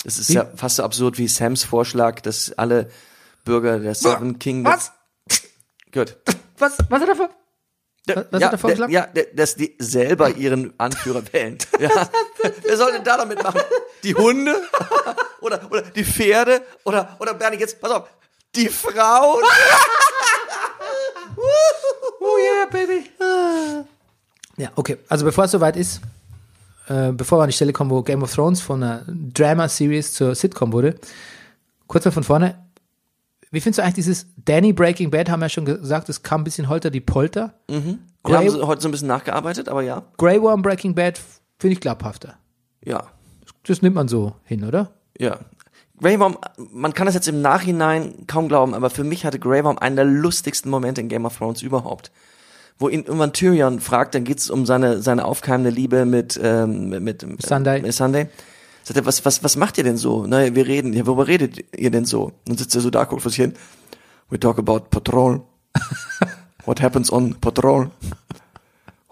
Speaker 2: es ist ja fast so absurd wie Sams Vorschlag, dass alle Bürger der Seven Kingdom Gut.
Speaker 1: Was? Was hat er vor? Was- was
Speaker 2: ja,
Speaker 1: hat er vorgeschlagen?
Speaker 2: der- Ja, der- dass die selber ihren Anführer
Speaker 1: <laughs>
Speaker 2: wählen. Ja. Wer soll denn da damit machen? Die Hunde? <laughs> Oder, oder die Pferde? Oder, oder Bernie, jetzt, pass auf, die Frauen?
Speaker 1: Oh yeah, baby. Ja, okay. Also bevor es soweit ist, äh, bevor wir an die Stelle kommen, wo Game of Thrones von einer Drama-Series zur Sitcom wurde, kurz mal von vorne. Wie findest du eigentlich dieses Danny Breaking Bad, haben wir ja schon gesagt, es kam ein bisschen holter die Polter.
Speaker 2: Wir haben
Speaker 1: Grey,
Speaker 2: so, heute so ein bisschen nachgearbeitet, aber ja.
Speaker 1: Grey Worm Breaking Bad finde ich glaubhafter.
Speaker 2: Ja.
Speaker 1: Das nimmt man so hin, oder?
Speaker 2: Ja. Greyworm, man kann das jetzt im Nachhinein kaum glauben, aber für mich hatte Greyworm einen der lustigsten Momente in Game of Thrones überhaupt. Wo ihn irgendwann Tyrion fragt, dann geht's um seine, seine aufkeimende Liebe mit, ähm, mit, mit
Speaker 1: Sunday.
Speaker 2: Äh, mit Sunday. Sagt er, was, was, was macht ihr denn so? Na, wir reden, ja, worüber redet ihr denn so? Dann sitzt er so da, guckt vor sich hin. We talk about patrol. What happens on patrol?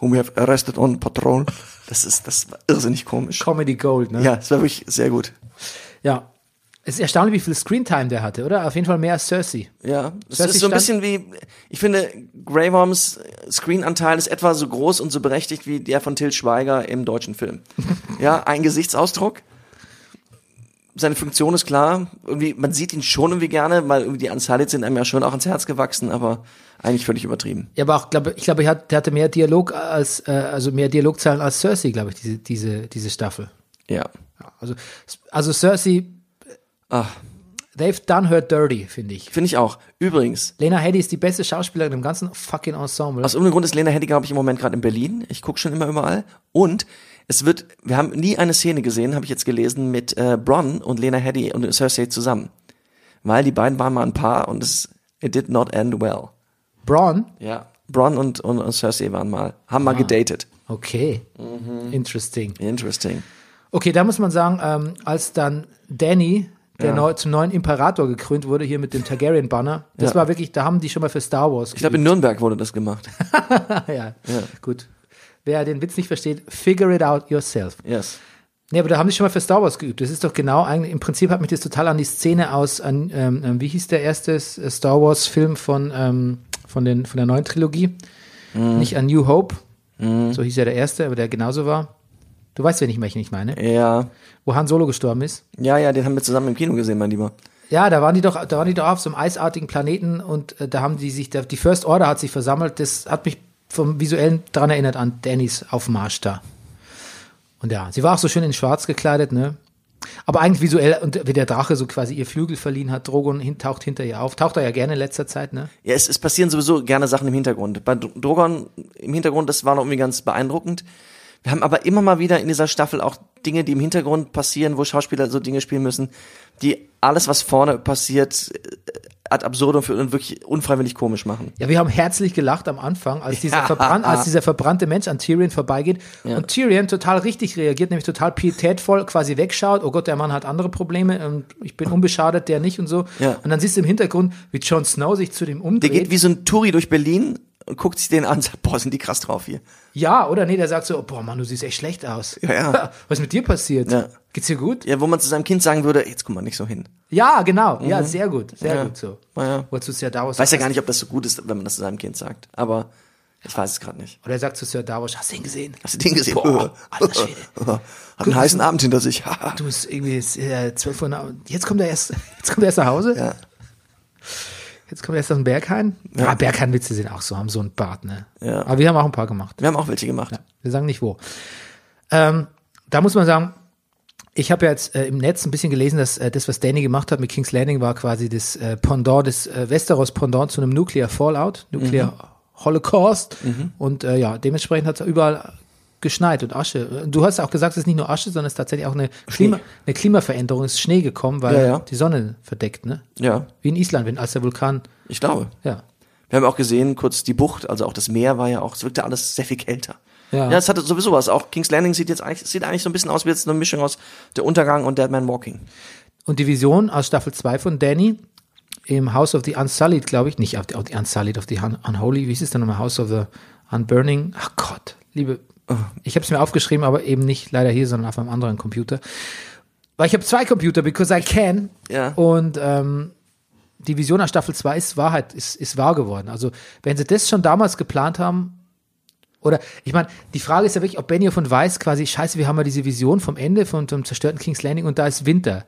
Speaker 2: Whom we have arrested on patrol. Das ist, das war irrsinnig komisch.
Speaker 1: Comedy Gold, ne?
Speaker 2: Ja, es war wirklich sehr gut.
Speaker 1: ja. Es ist erstaunlich, wie viel Screentime der hatte, oder? Auf jeden Fall mehr als Cersei.
Speaker 2: Ja, es
Speaker 1: heißt,
Speaker 2: ist so ein
Speaker 1: ich
Speaker 2: bisschen wie, ich finde, Grey Worms Screenanteil ist etwa so groß und so berechtigt wie der von Till Schweiger im deutschen Film. ja, ein Gesichtsausdruck. Seine Funktion ist klar. Irgendwie, man sieht ihn schon irgendwie gerne, weil irgendwie die Unsullied sind einem ja schon auch ans Herz gewachsen, aber eigentlich völlig übertrieben.
Speaker 1: Ja, aber auch, glaube ich, glaube, er hat, der hatte mehr Dialog als, äh, also mehr Dialogzeilen als Cersei, glaube ich, diese, diese, diese Staffel.
Speaker 2: Ja.
Speaker 1: Ja, also, also Cersei,
Speaker 2: Ach,
Speaker 1: they've done her dirty, finde ich.
Speaker 2: finde ich auch. Übrigens,
Speaker 1: Lena Headey ist die beste Schauspielerin im ganzen fucking Ensemble.
Speaker 2: aus irgendeinem Grund ist Lena Headey, glaube ich, im Moment gerade in Berlin. Ich gucke schon immer überall. Und es wird, wir haben nie eine Szene gesehen, habe ich jetzt gelesen, mit äh, Bronn und Lena Headey und Cersei zusammen. Weil die beiden waren mal ein Paar und es it did not end well.
Speaker 1: Braun?
Speaker 2: Ja. Ah. Bronn und, und, und Cersei waren mal, haben mal gedatet.
Speaker 1: Okay. Interesting.
Speaker 2: Interesting.
Speaker 1: Okay, da muss man sagen, ähm, als dann Danny, der neu, zum neuen Imperator gekrönt wurde, hier mit dem Targaryen-Banner, das
Speaker 2: Ja.
Speaker 1: war wirklich, da haben die schon mal für Star Wars
Speaker 2: Ich glaube, in Nürnberg wurde das gemacht.
Speaker 1: <laughs> ja. gut. Wer den Witz nicht versteht, figure it out yourself.
Speaker 2: <laughs> Yes.
Speaker 1: Nee, aber da haben sie schon mal für Star Wars geübt. Das ist doch genau, eigentlich, im Prinzip hat mich das total an die Szene aus, an, ähm, ähm, wie hieß der erste S- Star Wars-Film von, ähm, von, den, von der neuen Trilogie? Nicht an New Hope, so hieß ja der erste, aber der genauso war. Du weißt, wen ich mich nicht meine.
Speaker 2: Ja.
Speaker 1: Wo Han Solo gestorben ist.
Speaker 2: Ja, ja, den haben wir zusammen im Kino gesehen, mein Lieber.
Speaker 1: Ja, da waren die doch, da waren die doch auf so einem eisartigen Planeten und äh, da haben die sich, da, die First Order hat sich versammelt. Das hat mich vom visuellen dran erinnert an Dannys Aufmarsch da. Und ja, sie war auch so schön in Schwarz gekleidet, ne? Aber eigentlich visuell und wie der Drache so quasi ihr Flügel verliehen hat, Drogon hin, taucht hinter ihr auf, taucht er ja gerne in letzter Zeit, ne?
Speaker 2: Ja, es, es passieren sowieso gerne Sachen im Hintergrund. Bei Dr- Drogon im Hintergrund, das war noch irgendwie ganz beeindruckend. Wir haben aber immer mal wieder in dieser Staffel auch Dinge, die im Hintergrund passieren, wo Schauspieler so Dinge spielen müssen, die alles, was vorne passiert, äh, ad absurdum führen und wirklich unfreiwillig komisch machen.
Speaker 1: Ja, wir haben herzlich gelacht am Anfang, als dieser,
Speaker 2: Ja.
Speaker 1: verbrannt, als dieser verbrannte Mensch an Tyrion vorbeigeht und Tyrion total richtig reagiert, nämlich total pietätvoll quasi wegschaut. Oh Gott, der Mann hat andere Probleme und ich bin unbeschadet, der nicht und so.
Speaker 2: Ja.
Speaker 1: Und dann siehst du im Hintergrund, wie Jon Snow sich zu dem
Speaker 2: Der geht
Speaker 1: umdreht.
Speaker 2: wie so ein Touri durch Berlin und guckt sich den an und sagt, boah, sind die krass drauf hier.
Speaker 1: ja, oder nee, der sagt so, boah Mann, du siehst echt schlecht aus.
Speaker 2: Ja, ja.
Speaker 1: <laughs> Was ist mit dir passiert?
Speaker 2: Ja.
Speaker 1: Geht's dir gut?
Speaker 2: Ja, wo man zu seinem Kind sagen würde, jetzt guck mal nicht so hin.
Speaker 1: Ja, genau. Ja, sehr gut, sehr gut so.
Speaker 2: Mhm. Ja, ja.
Speaker 1: Oder zu Sir Davos.
Speaker 2: Weiß ja gar nicht, ob das so gut ist, wenn man das zu seinem Kind sagt. Aber ich weiß es gerade nicht.
Speaker 1: Oder er sagt zu Sir Davos, hast du ihn gesehen?
Speaker 2: Hast du den gesehen?
Speaker 1: Boah, alter Schwede.
Speaker 2: <laughs> Hat einen heißen Abend hinter sich. <laughs>
Speaker 1: Du bist irgendwie es ist, äh, 12 Uhr nach, jetzt kommt er erst, <laughs> jetzt kommt er erst nach Hause.
Speaker 2: Ja.
Speaker 1: Jetzt kommt er erst aus dem Berghain. Ja, ah, Berghain-Witze sind auch so, haben so einen Bart, ne?
Speaker 2: Ja.
Speaker 1: Aber wir haben auch ein paar gemacht.
Speaker 2: Wir haben auch welche gemacht.
Speaker 1: Wir sagen nicht wo. Ähm, da muss man sagen, ich habe ja jetzt äh, im Netz ein bisschen gelesen, dass äh, das, was Danny gemacht hat mit King's Landing, war quasi das äh, Pendant, des äh, Westeros-Pendant zu einem Nuclear Fallout, Nuclear
Speaker 2: Mhm.
Speaker 1: Holocaust. Und äh, ja, dementsprechend hat es überall geschneit und Asche. Du hast auch gesagt, es ist nicht nur Asche, sondern es ist tatsächlich auch eine, Klima, eine Klimaveränderung. Es ist Schnee gekommen, weil
Speaker 2: Ja, ja.
Speaker 1: die Sonne verdeckt, ne?
Speaker 2: Ja,
Speaker 1: Wie in Island, wenn als der Vulkan,
Speaker 2: ich glaube.
Speaker 1: ja.
Speaker 2: Wir haben auch gesehen, kurz die Bucht, also auch das Meer war ja auch, es wirkte alles sehr viel kälter.
Speaker 1: Ja.
Speaker 2: ja, es hatte sowieso was. Auch King's Landing sieht jetzt eigentlich, sieht eigentlich so ein bisschen aus wie jetzt eine Mischung aus Der Untergang und Dead Man Walking.
Speaker 1: Und die Vision aus Staffel 2 von Danny im House of the Unsullied, glaube ich, nicht auf die, auf die Unsullied, auf die Un Unholy, wie hieß es denn nochmal? House of the Unburning. Ach Gott, liebe, ich habe es mir aufgeschrieben, aber eben nicht leider hier, sondern auf einem anderen Computer. Weil ich habe zwei Computer, because I can.
Speaker 2: Ja.
Speaker 1: Und ähm, die Vision aus Staffel 2 ist Wahrheit, ist, ist wahr geworden. Also wenn sie das schon damals geplant haben, oder ich meine, die Frage ist ja wirklich, ob Benioff und Weiss quasi, scheiße, wir haben ja diese Vision vom Ende von vom zerstörten King's Landing und da ist Winter.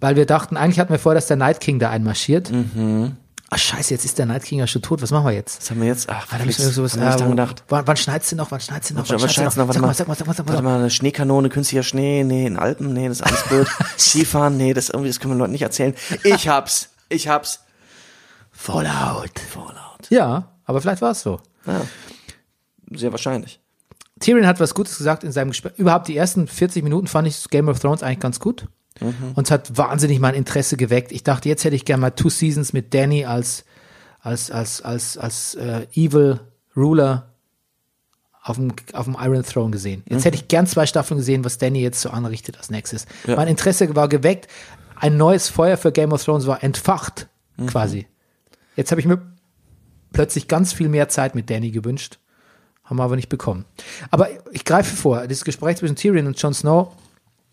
Speaker 1: Weil wir dachten, eigentlich hatten wir vor, dass der Night King da einmarschiert.
Speaker 2: Mhm.
Speaker 1: Ah, scheiße, jetzt ist der Night King ja schon tot, was machen wir jetzt?
Speaker 2: Was haben wir jetzt? Ach,
Speaker 1: Ah, da
Speaker 2: Felix,
Speaker 1: müssen wir sowas,
Speaker 2: haben wir nicht
Speaker 1: äh,
Speaker 2: dran gedacht.
Speaker 1: wann, wann schneit's denn noch, wann schneit's denn noch,
Speaker 2: Warte, warte,
Speaker 1: schneit's
Speaker 2: warte, warte,
Speaker 1: Sag mal, sag mal, sag mal,
Speaker 2: Warte
Speaker 1: sag mal.
Speaker 2: mal, eine Schneekanone, künstlicher Schnee, nee, in Alpen, nee, das ist alles
Speaker 1: <laughs>
Speaker 2: blöd. Skifahren, nee, das irgendwie, das können wir Leuten nicht erzählen. Ich hab's, ich hab's.
Speaker 1: Fallout.
Speaker 2: Fallout.
Speaker 1: Ja, aber vielleicht war es so.
Speaker 2: Ja. Sehr wahrscheinlich.
Speaker 1: Tyrion hat was Gutes gesagt in seinem Gespräch. Überhaupt die ersten 40 Minuten fand ich Game of Thrones eigentlich ganz gut. Und es hat wahnsinnig mein Interesse geweckt. Ich dachte, jetzt hätte ich gerne mal Two Seasons mit Danny als, als, als, als, als äh, Evil Ruler auf dem, auf dem Iron Throne gesehen. Jetzt hätte ich gern zwei Staffeln gesehen, was Danny jetzt so anrichtet als nächstes. Mein Interesse war geweckt. Ein neues Feuer für Game of Thrones war entfacht, quasi. Jetzt habe ich mir plötzlich ganz viel mehr Zeit mit Danny gewünscht. Haben wir aber nicht bekommen. Aber ich greife vor, das Gespräch zwischen Tyrion und Jon Snow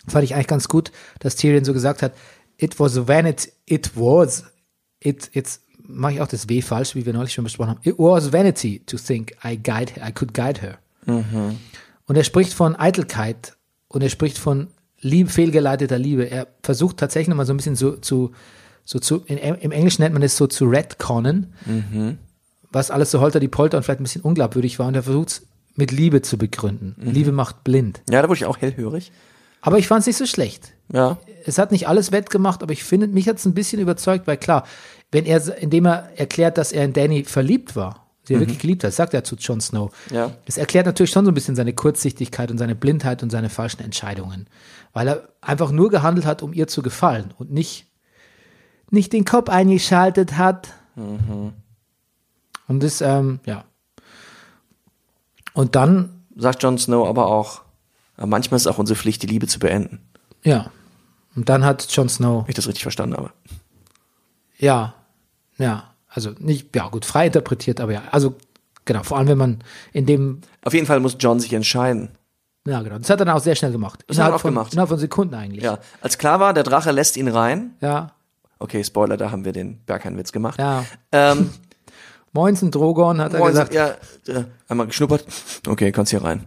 Speaker 1: fand ich eigentlich ganz gut, dass Tyrion so gesagt hat, it was a vanity, it was, it, jetzt mache ich auch das W falsch, wie wir neulich schon besprochen haben, it was vanity to think I guide, I could guide her. Und er spricht von Eitelkeit und er spricht von Liebe, fehlgeleiteter Liebe. Er versucht tatsächlich nochmal so ein bisschen so zu, so zu, in, im Englischen nennt man das so zu retconnen, was alles so holter die Polter und vielleicht ein bisschen unglaubwürdig war und er versucht es mit Liebe zu begründen. Liebe macht blind.
Speaker 2: Ja, da wurde ich auch hellhörig.
Speaker 1: Aber ich fand es nicht so schlecht.
Speaker 2: Ja.
Speaker 1: Es hat nicht alles wettgemacht, aber ich finde, mich hat es ein bisschen überzeugt, weil klar, wenn er, indem er erklärt, dass er in Danny verliebt war, sie ja wirklich geliebt hat, sagt er zu Jon Snow.
Speaker 2: Ja.
Speaker 1: Das erklärt natürlich schon so ein bisschen seine Kurzsichtigkeit und seine Blindheit und seine falschen Entscheidungen. Weil er einfach nur gehandelt hat, um ihr zu gefallen und nicht, nicht den Kopf eingeschaltet hat. Und das, ähm, ja. Und dann
Speaker 2: Sagt Jon Snow aber auch, aber manchmal ist es auch unsere Pflicht, die Liebe zu beenden.
Speaker 1: Ja. Und dann hat Jon Snow,
Speaker 2: Wenn ich das richtig verstanden habe.
Speaker 1: ja, ja, also nicht, ja gut, frei interpretiert, aber ja, also genau, vor allem wenn man in dem,
Speaker 2: Auf jeden Fall muss John sich entscheiden.
Speaker 1: ja genau, das hat er dann auch sehr schnell gemacht.
Speaker 2: Das hat er
Speaker 1: Innerhalb
Speaker 2: auch
Speaker 1: von,
Speaker 2: gemacht.
Speaker 1: Innerhalb von Sekunden eigentlich.
Speaker 2: Ja. Als klar war, der Drache lässt ihn rein.
Speaker 1: Ja,
Speaker 2: Okay, Spoiler, da haben wir den Bergheinwitz gemacht.
Speaker 1: ja.
Speaker 2: Ähm,
Speaker 1: Moinsen Drogon hat er
Speaker 2: Moin,
Speaker 1: gesagt,
Speaker 2: ja, äh, einmal geschnuppert. Okay, kannst
Speaker 1: <laughs>
Speaker 2: hier rein.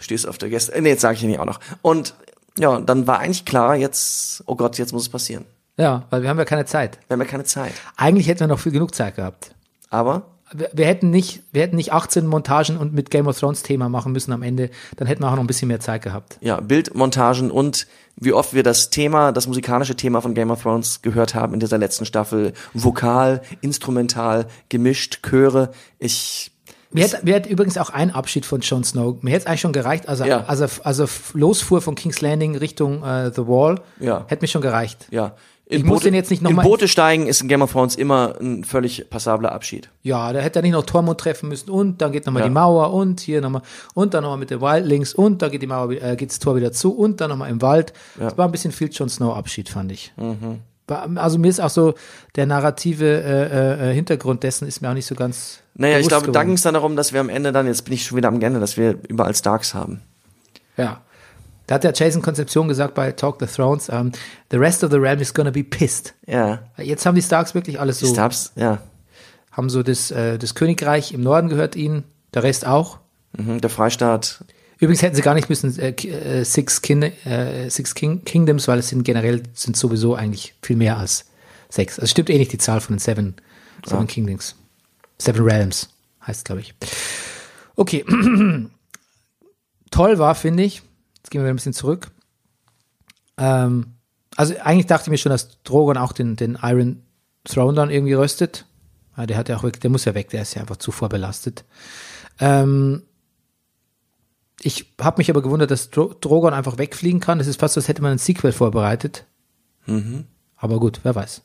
Speaker 2: Stehst auf der Gäste. äh, Nee, jetzt sage ich ihn nicht auch noch. Und ja, und dann war eigentlich klar, jetzt, oh Gott, jetzt muss es passieren.
Speaker 1: ja, weil wir haben ja keine Zeit.
Speaker 2: Wir haben ja keine Zeit.
Speaker 1: Eigentlich hätten wir noch viel genug Zeit gehabt.
Speaker 2: Aber
Speaker 1: Wir, wir hätten nicht, wir hätten nicht 18 Montagen und mit Game of Thrones Thema machen müssen am Ende, dann hätten wir auch noch ein bisschen mehr Zeit gehabt.
Speaker 2: ja, Bildmontagen und wie oft wir das Thema, das musikalische Thema von Game of Thrones gehört haben in dieser letzten Staffel. Vokal, instrumental, gemischt, Chöre. Ich,
Speaker 1: Mir hätte, mir hätte übrigens auch ein Abschied von Jon Snow, mir hätte es eigentlich schon gereicht, als er,
Speaker 2: Ja.
Speaker 1: als er, als er losfuhr von King's Landing Richtung äh, The Wall,
Speaker 2: Ja.
Speaker 1: hätte mir schon gereicht.
Speaker 2: ja. In
Speaker 1: Ich muss den jetzt nicht noch
Speaker 2: In
Speaker 1: mal-
Speaker 2: Boote steigen ist in Game of Thrones immer ein völlig passabler Abschied.
Speaker 1: Ja, da hätte er nicht noch Tormund treffen müssen und dann geht nochmal
Speaker 2: Ja.
Speaker 1: die Mauer und hier nochmal und dann nochmal mit den Wildlings und da geht die Mauer, wi- äh, geht das Tor wieder zu und dann nochmal im Wald. Das war ein bisschen viel Jon Snow Abschied, fand ich.
Speaker 2: Mhm.
Speaker 1: War- Also mir ist auch so der narrative äh, äh, Hintergrund dessen ist mir auch nicht so ganz.
Speaker 2: Naja, ich
Speaker 1: bewusst
Speaker 2: glaube, da
Speaker 1: geworden.
Speaker 2: ging es dann darum, dass wir am Ende dann, jetzt bin ich schon wieder am Ende, dass wir überall Starks haben.
Speaker 1: Ja. Da hat ja Jason Konzeption gesagt bei Talk the Thrones, ähm, the rest of the realm is gonna be pissed.
Speaker 2: Ja.
Speaker 1: Jetzt haben die Starks wirklich alles so.
Speaker 2: Die Starks, ja.
Speaker 1: Haben so das, äh, das Königreich im Norden gehört ihnen, der Rest auch.
Speaker 2: Mhm, der Freistaat.
Speaker 1: Übrigens hätten sie gar nicht müssen äh, Ki- äh, Six, Kin äh, Six King Kingdoms, weil es sind generell sind sowieso eigentlich viel mehr als sechs. Also stimmt eh nicht die Zahl von den Seven, Seven Kingdoms. Seven Realms heißt, glaube ich. Okay. <clears throat> Toll war, finde ich. Jetzt gehen wir wieder ein bisschen zurück. Ähm, also eigentlich dachte ich mir schon, dass Drogon auch den, den Iron Throne dann irgendwie röstet. Ja, der hat ja auch wirklich, der muss ja weg, der ist ja einfach zu vorbelastet. Ähm, ich habe mich aber gewundert, dass Dro Drogon einfach wegfliegen kann. Es ist fast so, als hätte man ein Sequel vorbereitet. Aber gut, wer weiß.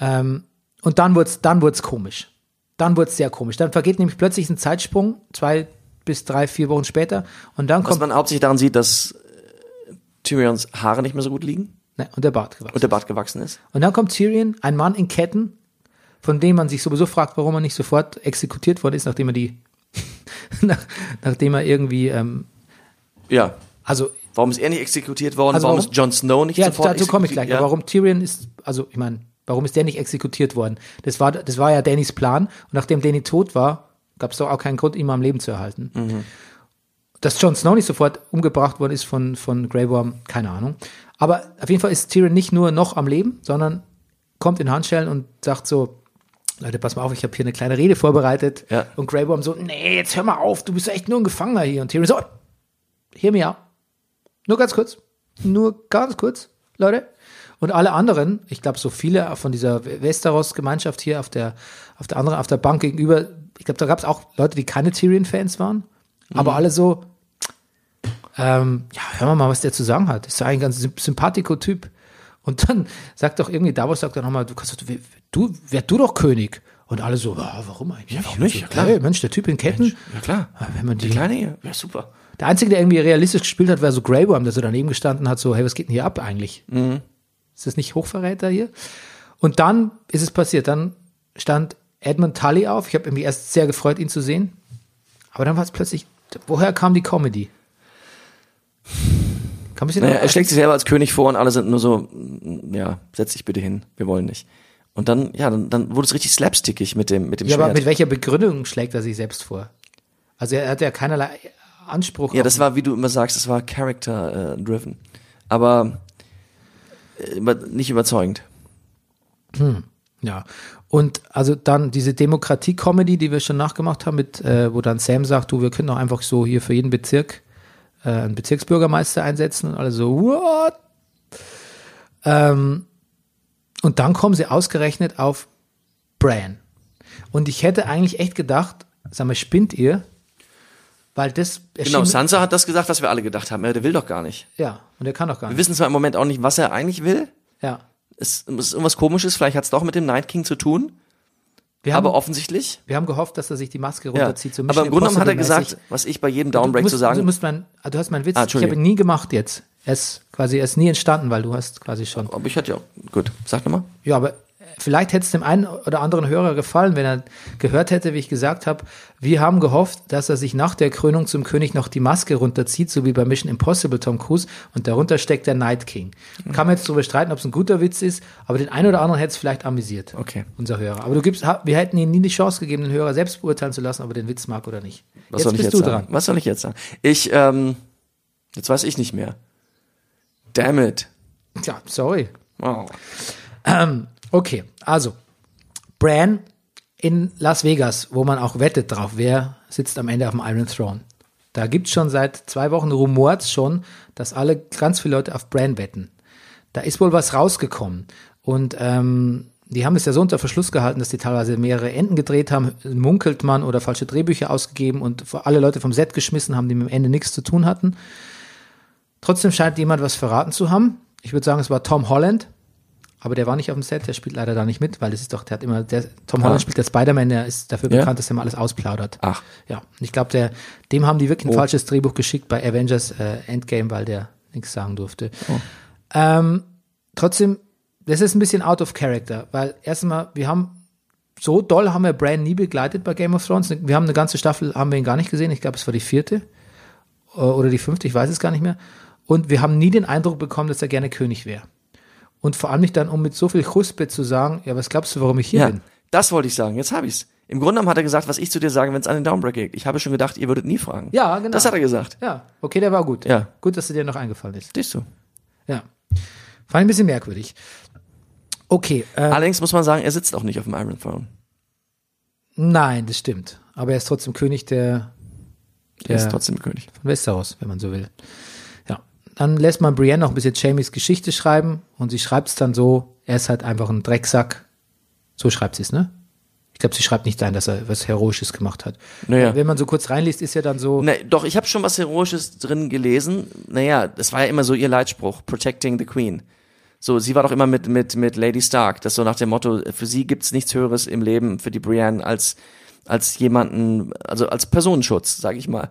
Speaker 1: Ähm, und dann wurde es dann wurd's komisch. Dann wurde es sehr komisch. Dann vergeht nämlich plötzlich ein Zeitsprung, zwei bis drei, vier Wochen später. Und dann
Speaker 2: Was
Speaker 1: kommt.
Speaker 2: man hauptsächlich daran sieht, dass äh, Tyrions Haare nicht mehr so gut liegen
Speaker 1: Ne, und der Bart gewachsen.
Speaker 2: und der Bart gewachsen ist.
Speaker 1: Und dann kommt Tyrion, ein Mann in Ketten, von dem man sich sowieso fragt, warum er nicht sofort exekutiert worden ist, nachdem er die. <laughs> nach, nachdem er irgendwie. Ähm,
Speaker 2: Ja.
Speaker 1: also
Speaker 2: Warum ist er nicht exekutiert worden?
Speaker 1: Also
Speaker 2: warum,
Speaker 1: warum-
Speaker 2: ist Jon Snow nicht
Speaker 1: Ja,
Speaker 2: sofort
Speaker 1: dazu komme ich
Speaker 2: exekutiert?
Speaker 1: gleich.
Speaker 2: Ja.
Speaker 1: Aber Warum Tyrion ist, also ich meine, warum ist der nicht exekutiert worden? Das war, das war ja Dannys Plan. Und nachdem Danny tot war, gab es doch auch keinen Grund, ihn am Leben zu erhalten.
Speaker 2: Mhm.
Speaker 1: Dass Jon Snow nicht sofort umgebracht worden ist von, von Grey Worm, keine Ahnung. Aber auf jeden Fall ist Tyrion nicht nur noch am Leben, sondern kommt in Handschellen und sagt so, Leute, pass mal auf, ich habe hier eine kleine Rede vorbereitet.
Speaker 2: Ja.
Speaker 1: Und Grey Worm so, nee, jetzt hör mal auf, du bist echt nur ein Gefangener hier. Und Tyrion so, hear me out. Nur ganz kurz. Nur ganz kurz, Leute. Und alle anderen, ich glaube, so viele von dieser Westeros-Gemeinschaft hier auf der, auf der anderen, auf
Speaker 2: Mhm.
Speaker 1: der Bank gegenüber, ich glaube, da gab es auch Leute, die keine Tyrion-Fans waren, aber alle so, ähm, ja, hören wir mal, was der zu sagen hat. Ist ja ein ganz symp- Sympathico-Typ. Und dann sagt doch irgendwie, Davos sagt dann nochmal, du kannst doch- du, du, wär du doch König. Und alle so, "Ah, warum eigentlich? Ja,
Speaker 2: warum nicht? Ja, klar.
Speaker 1: Mensch, der Typ in Ketten.
Speaker 2: Ja klar.
Speaker 1: Ah, Wenn man die,
Speaker 2: Die kleine hier, ja super.
Speaker 1: der Einzige, der irgendwie realistisch gespielt hat, war so Grey Worm, der so daneben gestanden hat, so, hey, was geht denn hier ab eigentlich?
Speaker 2: Mhm.
Speaker 1: Ist das nicht Hochverräter hier? Und dann ist es passiert, dann stand Edmund Tully auf. Ich habe mich erst sehr gefreut, ihn zu sehen. Aber dann war es plötzlich, woher kam die Comedy? Kann man sich
Speaker 2: Naja,
Speaker 1: noch-
Speaker 2: er schlägt sich selber als König vor und alle sind nur so, mm, ja, setz dich bitte hin, wir wollen nicht. Und dann, ja, dann, dann wurde es richtig slapstickig mit dem, mit dem
Speaker 1: Ja, aber
Speaker 2: Schwert.
Speaker 1: mit welcher Begründung schlägt er sich selbst vor? Also er hat ja keinerlei Anspruch.
Speaker 2: ja,
Speaker 1: auf-
Speaker 2: das war, wie du immer sagst, das war character-driven. aber äh, über- nicht überzeugend.
Speaker 1: ja. Und also dann diese Demokratie-Comedy, die wir schon nachgemacht haben, mit, äh, wo dann Sam sagt, du, wir können doch einfach so hier für jeden Bezirk äh, einen Bezirksbürgermeister einsetzen und alle so, what? Ähm, und dann kommen sie ausgerechnet auf Bran. Und ich hätte eigentlich echt gedacht, sag mal, spinnt ihr? Weil das
Speaker 2: Genau,
Speaker 1: erschien-
Speaker 2: Sansa hat das gesagt, was wir alle gedacht haben. Ja, der will doch gar nicht.
Speaker 1: Ja, und er kann doch gar
Speaker 2: Wir
Speaker 1: nicht.
Speaker 2: wissen zwar im Moment auch nicht, was er eigentlich will.
Speaker 1: Ja.
Speaker 2: Es ist irgendwas komisches, vielleicht hat es doch mit dem Night King zu tun,
Speaker 1: Wir haben-
Speaker 2: aber offensichtlich.
Speaker 1: Wir haben gehofft, dass er sich die Maske
Speaker 2: Ja.
Speaker 1: runterzieht. so
Speaker 2: aber
Speaker 1: Mission
Speaker 2: im Grunde genommen hat er
Speaker 1: Impossible-mäßig.
Speaker 2: gesagt, was ich bei jedem
Speaker 1: du,
Speaker 2: Downbreak
Speaker 1: musst,
Speaker 2: zu sagen.
Speaker 1: du, musst mein, ah, du hast meinen Witz,
Speaker 2: Ah,
Speaker 1: ich habe
Speaker 2: Entschuldigung.
Speaker 1: ihn nie gemacht jetzt. Er ist quasi, er ist nie entstanden, weil du hast quasi schon.
Speaker 2: Oh, aber ich hatte ja auch. Gut, sag nochmal.
Speaker 1: Ja, aber äh, vielleicht hätte es dem einen oder anderen Hörer gefallen, wenn er gehört hätte, wie ich gesagt habe, wir haben gehofft, dass er sich nach der Krönung zum König noch die Maske runterzieht, so wie bei Mission Impossible Tom Cruise, und darunter steckt der Night King. Kann man jetzt darüber streiten, ob es ein guter Witz ist, aber den einen oder anderen hätte es vielleicht amüsiert,
Speaker 2: Okay.
Speaker 1: unser Hörer. Aber du gibst, ha- wir hätten ihm nie die Chance gegeben, den Hörer selbst beurteilen zu lassen, ob er den Witz mag oder nicht.
Speaker 2: Was soll ich jetzt sagen? Was soll ich jetzt sagen? Ich, ähm, jetzt weiß ich nicht mehr. Damn it. Oh.
Speaker 1: dran. Tja, sorry.
Speaker 2: Wow.
Speaker 1: Okay, also Bran in Las Vegas, wo man auch wettet drauf, wer sitzt am Ende auf dem Iron Throne. Da gibt's schon seit zwei Wochen Rumors schon, dass alle ganz viele Leute auf Bran wetten. Da ist wohl was rausgekommen. Und ähm, die haben es ja so unter Verschluss gehalten, dass die teilweise mehrere Enden gedreht haben, munkelt man oder falsche Drehbücher ausgegeben und vor- alle Leute vom Set geschmissen haben, die mit dem Ende nichts zu tun hatten. Trotzdem scheint jemand was verraten zu haben. Ich würde sagen, es war Tom Holland. Aber der war nicht auf dem Set, der spielt leider da nicht mit, weil das ist doch, der hat immer, der, Tom Holland
Speaker 2: Ah.
Speaker 1: spielt der Spider-Man, der ist dafür
Speaker 2: Ja?
Speaker 1: bekannt, dass er mal alles ausplaudert.
Speaker 2: Ach. Oh.
Speaker 1: Ja. Und ich glaube, der, dem haben die wirklich ein falsches Drehbuch geschickt bei Avengers äh, Endgame, weil der nichts sagen durfte.
Speaker 2: Oh.
Speaker 1: Ähm, trotzdem, das ist ein bisschen out of character, weil erstmal, wir haben, so doll haben wir Bran nie begleitet bei Game of Thrones. Wir haben eine ganze Staffel, haben wir ihn gar nicht gesehen. Ich glaube, es war die vierte äh, oder die fünfte, ich weiß es gar nicht mehr. Und wir haben nie den Eindruck bekommen, dass er gerne König wäre. Und vor allem nicht dann, um mit so viel Chuspe zu sagen, ja, was glaubst du, warum ich hier
Speaker 2: Ja,
Speaker 1: bin?
Speaker 2: das wollte ich sagen. Jetzt habe ich's. Im Grunde genommen hat er gesagt, was ich zu dir sage, wenn es an den Downbreak geht. Ich habe schon gedacht, ihr würdet nie fragen.
Speaker 1: Ja, genau.
Speaker 2: Das hat er gesagt.
Speaker 1: Ja, okay, der war gut.
Speaker 2: Ja.
Speaker 1: Gut, dass er dir noch eingefallen ist.
Speaker 2: Siehst du.
Speaker 1: Ja. Fand ich ein bisschen merkwürdig. Okay, äh,
Speaker 2: Allerdings muss man sagen, er sitzt auch nicht auf dem Iron Throne.
Speaker 1: nein, das stimmt. Aber er ist trotzdem König der
Speaker 2: Er
Speaker 1: Ja.
Speaker 2: ist trotzdem König.
Speaker 1: von Westeros, wenn man so will. Ja. Dann lässt man Brienne noch ein bisschen Jamies Geschichte schreiben und sie schreibt es dann so, er ist halt einfach ein Drecksack. So schreibt sie es, ne? Ich glaube, sie schreibt nicht ein, dass er was Heroisches gemacht hat.
Speaker 2: Naja.
Speaker 1: Wenn man so kurz reinliest, ist ja dann so,
Speaker 2: Nee, doch, ich habe schon was Heroisches drin gelesen. Naja, das war ja immer so ihr Leitspruch, Protecting the Queen. So, sie war doch immer mit, mit, mit Lady Stark, das so nach dem Motto, für sie gibt's nichts Höheres im Leben, für die Brienne, als, als jemanden, also als Personenschutz, sag ich mal.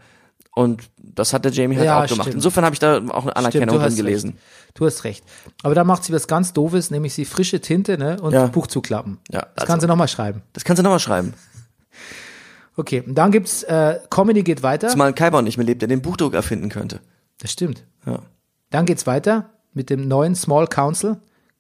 Speaker 2: Und das hat der Jamie halt
Speaker 1: Ja,
Speaker 2: auch gemacht.
Speaker 1: stimmt.
Speaker 2: Insofern habe ich da auch eine Anerkennung
Speaker 1: du hast
Speaker 2: drin gelesen.
Speaker 1: Recht. Du hast recht. Aber da macht sie was ganz Doofes, nämlich sie frische Tinte ne, und
Speaker 2: Ja.
Speaker 1: Buch zuklappen.
Speaker 2: Ja,
Speaker 1: das
Speaker 2: also-
Speaker 1: kann sie nochmal schreiben.
Speaker 2: Das kannst du nochmal schreiben.
Speaker 1: Okay, und dann gibt's äh, Comedy geht weiter.
Speaker 2: Zumal Kaiba nicht mehr lebt, der den Buchdruck erfinden könnte.
Speaker 1: Das stimmt.
Speaker 2: Ja.
Speaker 1: Dann geht's weiter mit dem neuen Small Council.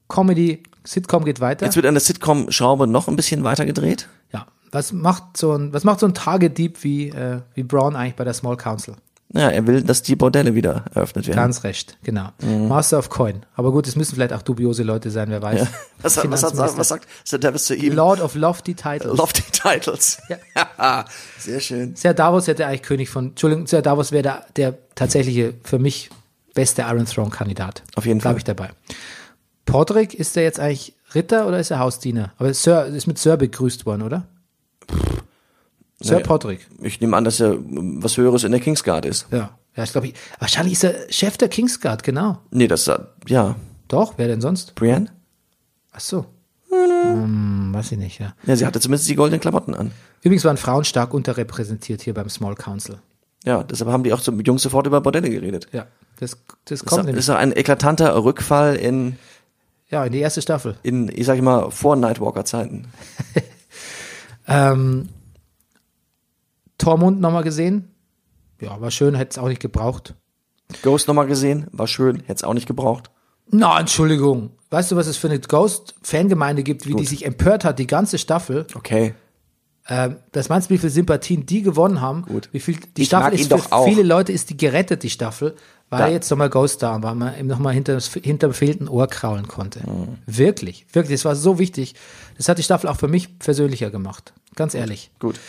Speaker 1: Comedy, Sitcom geht weiter.
Speaker 2: Jetzt wird an der Sitcom-Schraube noch ein bisschen weiter gedreht.
Speaker 1: ja. Was macht so ein, was macht so ein Target-Dieb wie, äh, wie Brown eigentlich bei der Small Council?
Speaker 2: Ja, er will, dass die Bordelle wieder eröffnet werden.
Speaker 1: Ganz recht, genau. Master of Coin. Aber gut, es müssen vielleicht auch dubiose Leute sein, wer weiß.
Speaker 2: Mhm. Ja. <laughs> Was, hat- was, hat,
Speaker 1: Finanzminister.
Speaker 2: was sagt Sir Davis zu ihm?
Speaker 1: Lord of Lofty Titles.
Speaker 2: Lofty Titles. Ja. <laughs> Sehr schön.
Speaker 1: Ser Davos hätte eigentlich König von, Entschuldigung, Ser Davos wäre der, der tatsächliche, für mich beste Iron Throne Kandidat.
Speaker 2: Auf jeden
Speaker 1: Bleib
Speaker 2: Fall.
Speaker 1: ich dabei. Podrick, ist der jetzt eigentlich Ritter oder ist er Hausdiener? Aber Sir, ist mit Sir begrüßt worden, oder? Sir
Speaker 2: Nee.
Speaker 1: Podrick.
Speaker 2: Ich nehme an, dass er ähm, was Höheres in der Kingsguard ist.
Speaker 1: Ja. Ja, ich glaube, wahrscheinlich ist er Chef der Kingsguard, genau.
Speaker 2: Nee, das, äh, ja.
Speaker 1: Doch, wer denn sonst?
Speaker 2: Brienne?
Speaker 1: Ach so. Hm, weiß ich nicht, ja.
Speaker 2: Ja, sie hatte zumindest die goldenen Klamotten an.
Speaker 1: Übrigens waren Frauen stark unterrepräsentiert hier beim Small Council.
Speaker 2: Ja, deshalb haben die auch so mit Jungs sofort über Bordelle geredet.
Speaker 1: Ja, das, das
Speaker 2: Das
Speaker 1: kommt
Speaker 2: ist,
Speaker 1: nämlich.
Speaker 2: ist doch ein eklatanter Rückfall in,
Speaker 1: Ja, in die erste Staffel.
Speaker 2: in, ich sag mal, vor Nightwalker-Zeiten.
Speaker 1: Ähm, Tormund nochmal gesehen. Ja, war schön, hätte es auch nicht gebraucht.
Speaker 2: Ghost nochmal gesehen, war schön, hätte es auch nicht gebraucht.
Speaker 1: Na, Entschuldigung. Weißt du, was es für eine Ghost-Fangemeinde gibt, wie die sich empört hat, die ganze Staffel?
Speaker 2: Okay.
Speaker 1: Ähm, das meinst du, wie viele Sympathien die gewonnen haben?
Speaker 2: Gut.
Speaker 1: Wie viel, die
Speaker 2: Ich mag
Speaker 1: Staffel
Speaker 2: ihn
Speaker 1: ist
Speaker 2: doch
Speaker 1: für
Speaker 2: auch.
Speaker 1: viele Leute ist die gerettet, die Staffel, weil
Speaker 2: Da-
Speaker 1: jetzt nochmal Ghost da war, man ihm nochmal hinter, hinterm fehlenden Ohr kraulen konnte.
Speaker 2: Mhm.
Speaker 1: Wirklich, wirklich, das war so wichtig. Das hat die Staffel auch für mich persönlicher gemacht. Ganz ehrlich.
Speaker 2: Gut.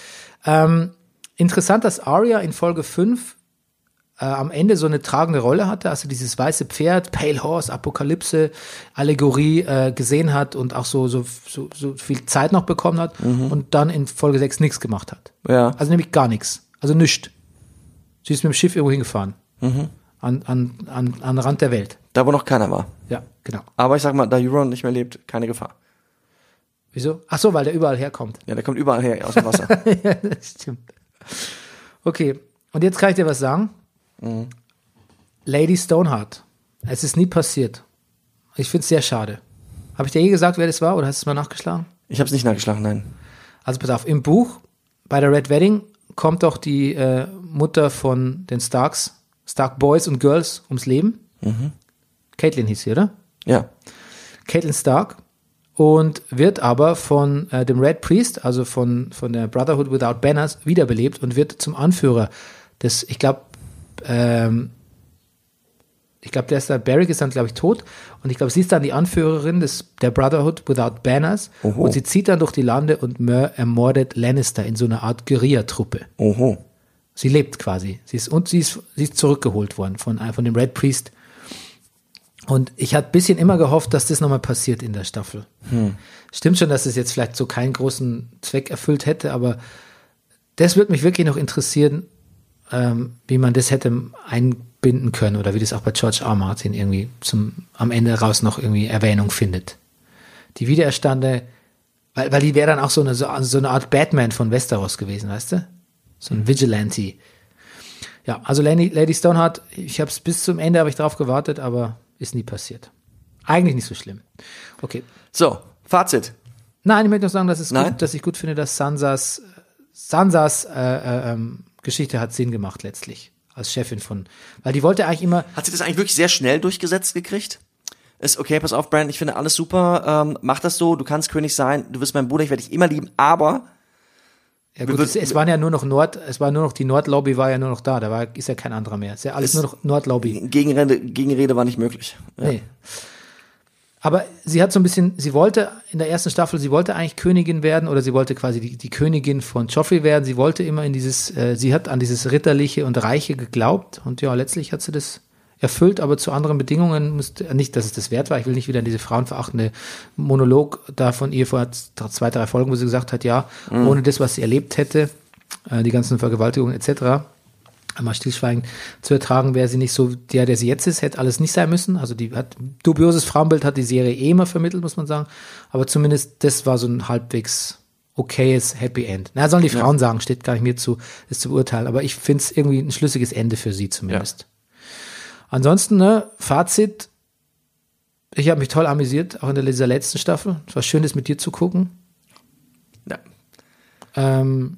Speaker 1: Ähm, interessant, dass Arya in Folge 5 äh, am Ende so eine tragende Rolle hatte, also dieses weiße Pferd, Pale Horse, Apokalypse, Allegorie äh, gesehen hat und auch so, so, so, so viel Zeit noch bekommen hat und dann in Folge 6 nichts gemacht hat.
Speaker 2: Ja.
Speaker 1: Also nämlich gar nichts. Also nichts. Sie ist mit dem Schiff irgendwo hingefahren. An, an, an, an den Rand der Welt.
Speaker 2: Da, wo noch keiner war.
Speaker 1: Ja, genau.
Speaker 2: Aber ich sag mal, da Euron nicht mehr lebt, keine Gefahr.
Speaker 1: Wieso? Ach so, weil der überall herkommt.
Speaker 2: Ja, der kommt überall her aus
Speaker 1: <laughs>
Speaker 2: dem Wasser.
Speaker 1: ja, das stimmt. Okay, und jetzt kann ich dir was sagen. Lady Stoneheart. Es ist nie passiert. Ich finde es sehr schade. Habe ich dir je gesagt, wer das war, oder hast du es mal nachgeschlagen?
Speaker 2: ich hab's nicht nachgeschlagen, nein.
Speaker 1: Also pass auf, im Buch bei der Red Wedding kommt doch die äh, Mutter von den Starks, Stark Boys und Girls, ums Leben. Caitlin hieß sie, oder?
Speaker 2: Ja.
Speaker 1: Caitlin Stark und wird aber von äh, dem Red Priest, also von, von der Brotherhood Without Banners, wiederbelebt und wird zum Anführer des, ich glaube, ähm, ich glaube, der ist da, Barrick ist dann, glaube ich, tot. Und ich glaube, sie ist dann die Anführerin des, der Brotherhood Without Banners.
Speaker 2: Oho.
Speaker 1: Und sie zieht dann durch die Lande und mör- ermordet Lannister in so einer Art Guerilla-Truppe.
Speaker 2: Oho.
Speaker 1: Sie lebt quasi. Sie ist, und sie ist, sie ist zurückgeholt worden von, von dem Red Priest. Und ich hatte ein bisschen immer gehofft, dass das nochmal passiert in der Staffel. Stimmt schon, dass es jetzt vielleicht so keinen großen Zweck erfüllt hätte, aber das würde mich wirklich noch interessieren, ähm, wie man das hätte einbinden können oder wie das auch bei George R. R. Martin irgendwie zum, am Ende raus noch irgendwie Erwähnung findet. Die Wiedererstande, weil, weil die wäre dann auch so eine, so, so eine Art Batman von Westeros gewesen, weißt du? So ein Vigilante. Ja, also Lady, Lady Stoneheart, ich habe es bis zum Ende, habe ich drauf gewartet, aber ist nie passiert. Eigentlich nicht so schlimm. Okay.
Speaker 2: So, Fazit.
Speaker 1: Nein, ich möchte noch sagen, dass, es
Speaker 2: Nein?
Speaker 1: gut, dass ich gut finde, dass Sansas, Sansas äh, äh, ähm, Geschichte hat Sinn gemacht letztlich als Chefin von, weil die wollte eigentlich immer,
Speaker 2: Hat sie das eigentlich wirklich sehr schnell durchgesetzt gekriegt? Ist okay, pass auf, Brand, ich finde alles super. Ähm, mach das so, du kannst König sein, du bist mein Bruder, ich werde dich immer lieben, aber
Speaker 1: ja
Speaker 2: Wir
Speaker 1: gut, es,
Speaker 2: würden-
Speaker 1: es waren ja nur noch Nord, es war nur noch die Nordlobby war ja nur noch da, da war, ist ja kein anderer mehr, ist ja alles
Speaker 2: Es-
Speaker 1: nur noch Nordlobby.
Speaker 2: Gegenrede, Gegenrede war nicht möglich. Ja.
Speaker 1: Nee. Aber sie hat so ein bisschen, sie wollte in der ersten Staffel, sie wollte eigentlich Königin werden oder sie wollte quasi die, die Königin von Joffrey werden. Sie wollte immer in dieses, äh, sie hat an dieses Ritterliche und Reiche geglaubt und ja, letztlich hat sie das erfüllt, aber zu anderen Bedingungen musste, nicht, dass es das wert war. Ich will nicht wieder in diese frauenverachtende Monolog da von ihr vor zwei, drei Folgen, wo sie gesagt hat, ja, ohne das, was sie erlebt hätte, äh, die ganzen Vergewaltigungen etc., einmal stillschweigend zu ertragen, wäre sie nicht so der, der sie jetzt ist, hätte alles nicht sein müssen. Also die hat dubioses Frauenbild hat die Serie eh immer vermittelt, muss man sagen. Aber zumindest das war so ein halbwegs okayes Happy End. Na, sollen die Frauen sagen, steht gar nicht mir zu, ist zu beurteilen. Aber ich finde es irgendwie ein schlüssiges Ende für sie zumindest. Ansonsten, ne, Fazit, ich habe mich toll amüsiert, auch in der- dieser letzten Staffel. Es war schön, das mit dir zu gucken.
Speaker 2: Ja.
Speaker 1: Ähm,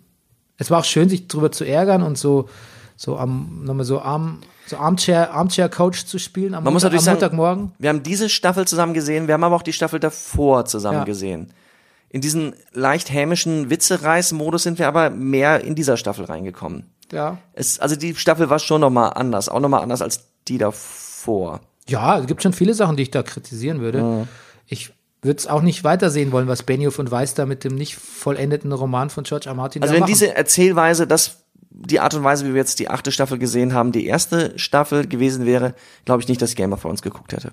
Speaker 1: es war auch schön, sich drüber zu ärgern und so, so am, nochmal so Arm, so Armchair, Armchair Coach zu spielen am,
Speaker 2: Man muss
Speaker 1: Montag-
Speaker 2: natürlich
Speaker 1: am
Speaker 2: sagen,
Speaker 1: Montagmorgen.
Speaker 2: wir haben diese Staffel zusammen gesehen, wir haben aber auch die Staffel davor zusammen
Speaker 1: Ja.
Speaker 2: gesehen. In diesen leicht hämischen Witzereiß-Modus sind wir aber mehr in dieser Staffel reingekommen.
Speaker 1: Ja.
Speaker 2: Es, also die Staffel war schon nochmal anders, auch nochmal anders als die davor.
Speaker 1: Ja, es gibt schon viele Sachen, die ich da kritisieren würde. Ich würde es auch nicht weitersehen wollen, was Benioff und Weiss da mit dem nicht vollendeten Roman von George R. R. Martin
Speaker 2: Also
Speaker 1: da
Speaker 2: wenn
Speaker 1: machen.
Speaker 2: diese Erzählweise, das, die Art und Weise, wie wir jetzt die achte Staffel gesehen haben, die erste Staffel gewesen wäre, glaube ich nicht, dass ich Game of Thrones geguckt hätte. Ist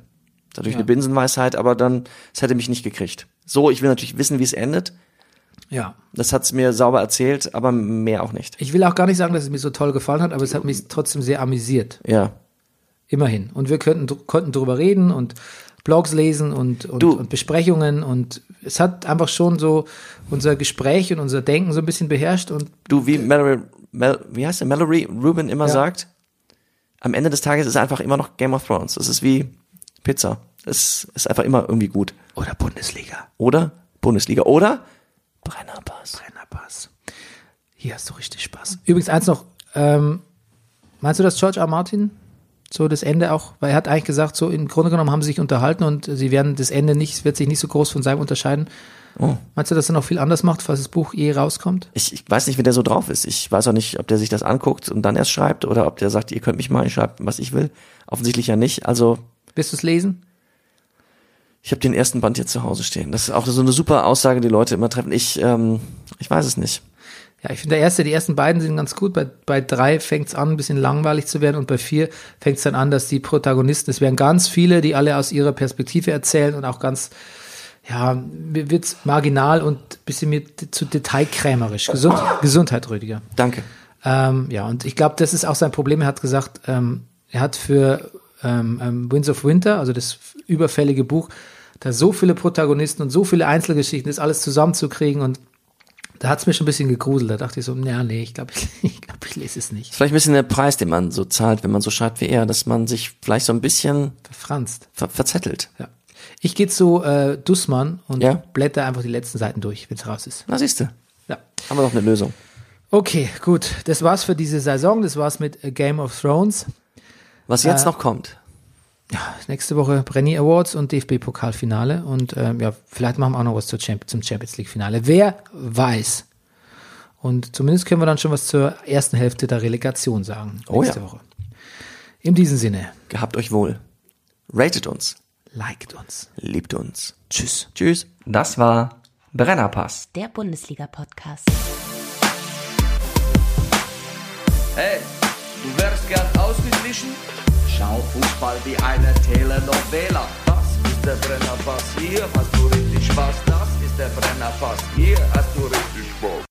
Speaker 2: Natürlich eine Binsenweisheit, aber dann, es hätte mich nicht gekriegt. So, ich will natürlich wissen, wie es endet.
Speaker 1: Ja.
Speaker 2: Das hat's mir sauber erzählt, aber mehr auch nicht.
Speaker 1: Ich will auch gar nicht sagen, dass es mir so toll gefallen hat, aber es hat mich trotzdem sehr amüsiert.
Speaker 2: Ja.
Speaker 1: Immerhin. Und wir könnten, konnten drüber reden und Blogs lesen und, und,
Speaker 2: Du.
Speaker 1: und Besprechungen und es hat einfach schon so unser Gespräch und unser Denken so ein bisschen beherrscht und
Speaker 2: Du, wie Mallory, Mal, wie heißt der? Mallory Rubin immer
Speaker 1: Ja.
Speaker 2: sagt, am Ende des Tages ist es einfach immer noch Game of Thrones. Es ist wie Pizza. Es ist einfach immer irgendwie gut.
Speaker 1: oder Bundesliga.
Speaker 2: Oder Bundesliga. Oder Brennerpass.
Speaker 1: Brennerpass. Hier hast du richtig Spaß. Übrigens eins noch, ähm, meinst du, dass George R. R. Martin so das Ende auch, weil er hat eigentlich gesagt, so im Grunde genommen haben sie sich unterhalten und sie werden das Ende nicht, wird sich nicht so groß von seinem unterscheiden. Meinst du, dass er noch viel anders macht, falls das Buch je rauskommt?
Speaker 2: Ich, ich weiß nicht, wie der so drauf ist. Ich weiß auch nicht, ob der sich das anguckt und dann erst schreibt oder ob der sagt, ihr könnt mich mal, ich schreibe, was ich will. Offensichtlich ja nicht. Also
Speaker 1: Wirst du es lesen?
Speaker 2: Ich habe den ersten Band hier zu Hause stehen. Das ist auch so eine super Aussage, die Leute immer treffen. Ich, ähm, ich weiß es nicht.
Speaker 1: Ja, ich finde der erste, die ersten beiden sind ganz gut. Bei, bei drei fängt es an, ein bisschen langweilig zu werden und bei vier fängt es dann an, dass die Protagonisten, es werden ganz viele, die alle aus ihrer Perspektive erzählen und auch ganz, ja, mir wird's marginal und ein bisschen mir d- zu detailkrämerisch. Gesund, Gesundheit, Rüdiger.
Speaker 2: Danke.
Speaker 1: Ähm, ja, und ich glaube, das ist auch sein Problem. Er hat gesagt, ähm, er hat für ähm, ähm, Winds of Winter, also das f- überfällige Buch, da so viele Protagonisten und so viele Einzelgeschichten, das alles zusammenzukriegen und da hat es mir schon ein bisschen gegruselt. Da dachte ich so, naja, nee, ich glaube, ich, ich, glaub, <laughs> ich lese es nicht.
Speaker 2: Ist Vielleicht ein bisschen der Preis, den man so zahlt, wenn man so schreibt wie er, dass man sich vielleicht so ein bisschen
Speaker 1: Verfranst.
Speaker 2: ver verzettelt.
Speaker 1: Ja. Ich gehe zu äh, Dussmann und
Speaker 2: Ja.
Speaker 1: blätter einfach die letzten Seiten durch, wenn es raus ist.
Speaker 2: Na siehste,
Speaker 1: Ja.
Speaker 2: haben wir noch eine Lösung.
Speaker 1: Okay, gut. Das war's für diese Saison. Das war's mit äh, Game of Thrones.
Speaker 2: Was jetzt noch kommt.
Speaker 1: Nächste Woche Brenny Awards und DFB-Pokalfinale. Und ähm, ja, vielleicht machen wir auch noch was zur Champ zum Champions League-Finale. Wer weiß. Und zumindest können wir dann schon was zur ersten Hälfte der Relegation sagen.
Speaker 2: Oh
Speaker 1: nächste
Speaker 2: ja.
Speaker 1: Woche. In diesem Sinne,
Speaker 2: Gehabt euch wohl. Ratet uns.
Speaker 1: liked uns.
Speaker 2: Liebt uns.
Speaker 1: Tschüss.
Speaker 2: Tschüss. Das war Brennerpass.
Speaker 3: Der Bundesliga-Podcast.
Speaker 4: Hey, du wärst gern ausgeglichen? Schau Fußball wie eine Telenovela. Das ist der Brennerpass, hier hast du richtig Spaß. Das ist der Brennerpass, hier hast du richtig Spaß.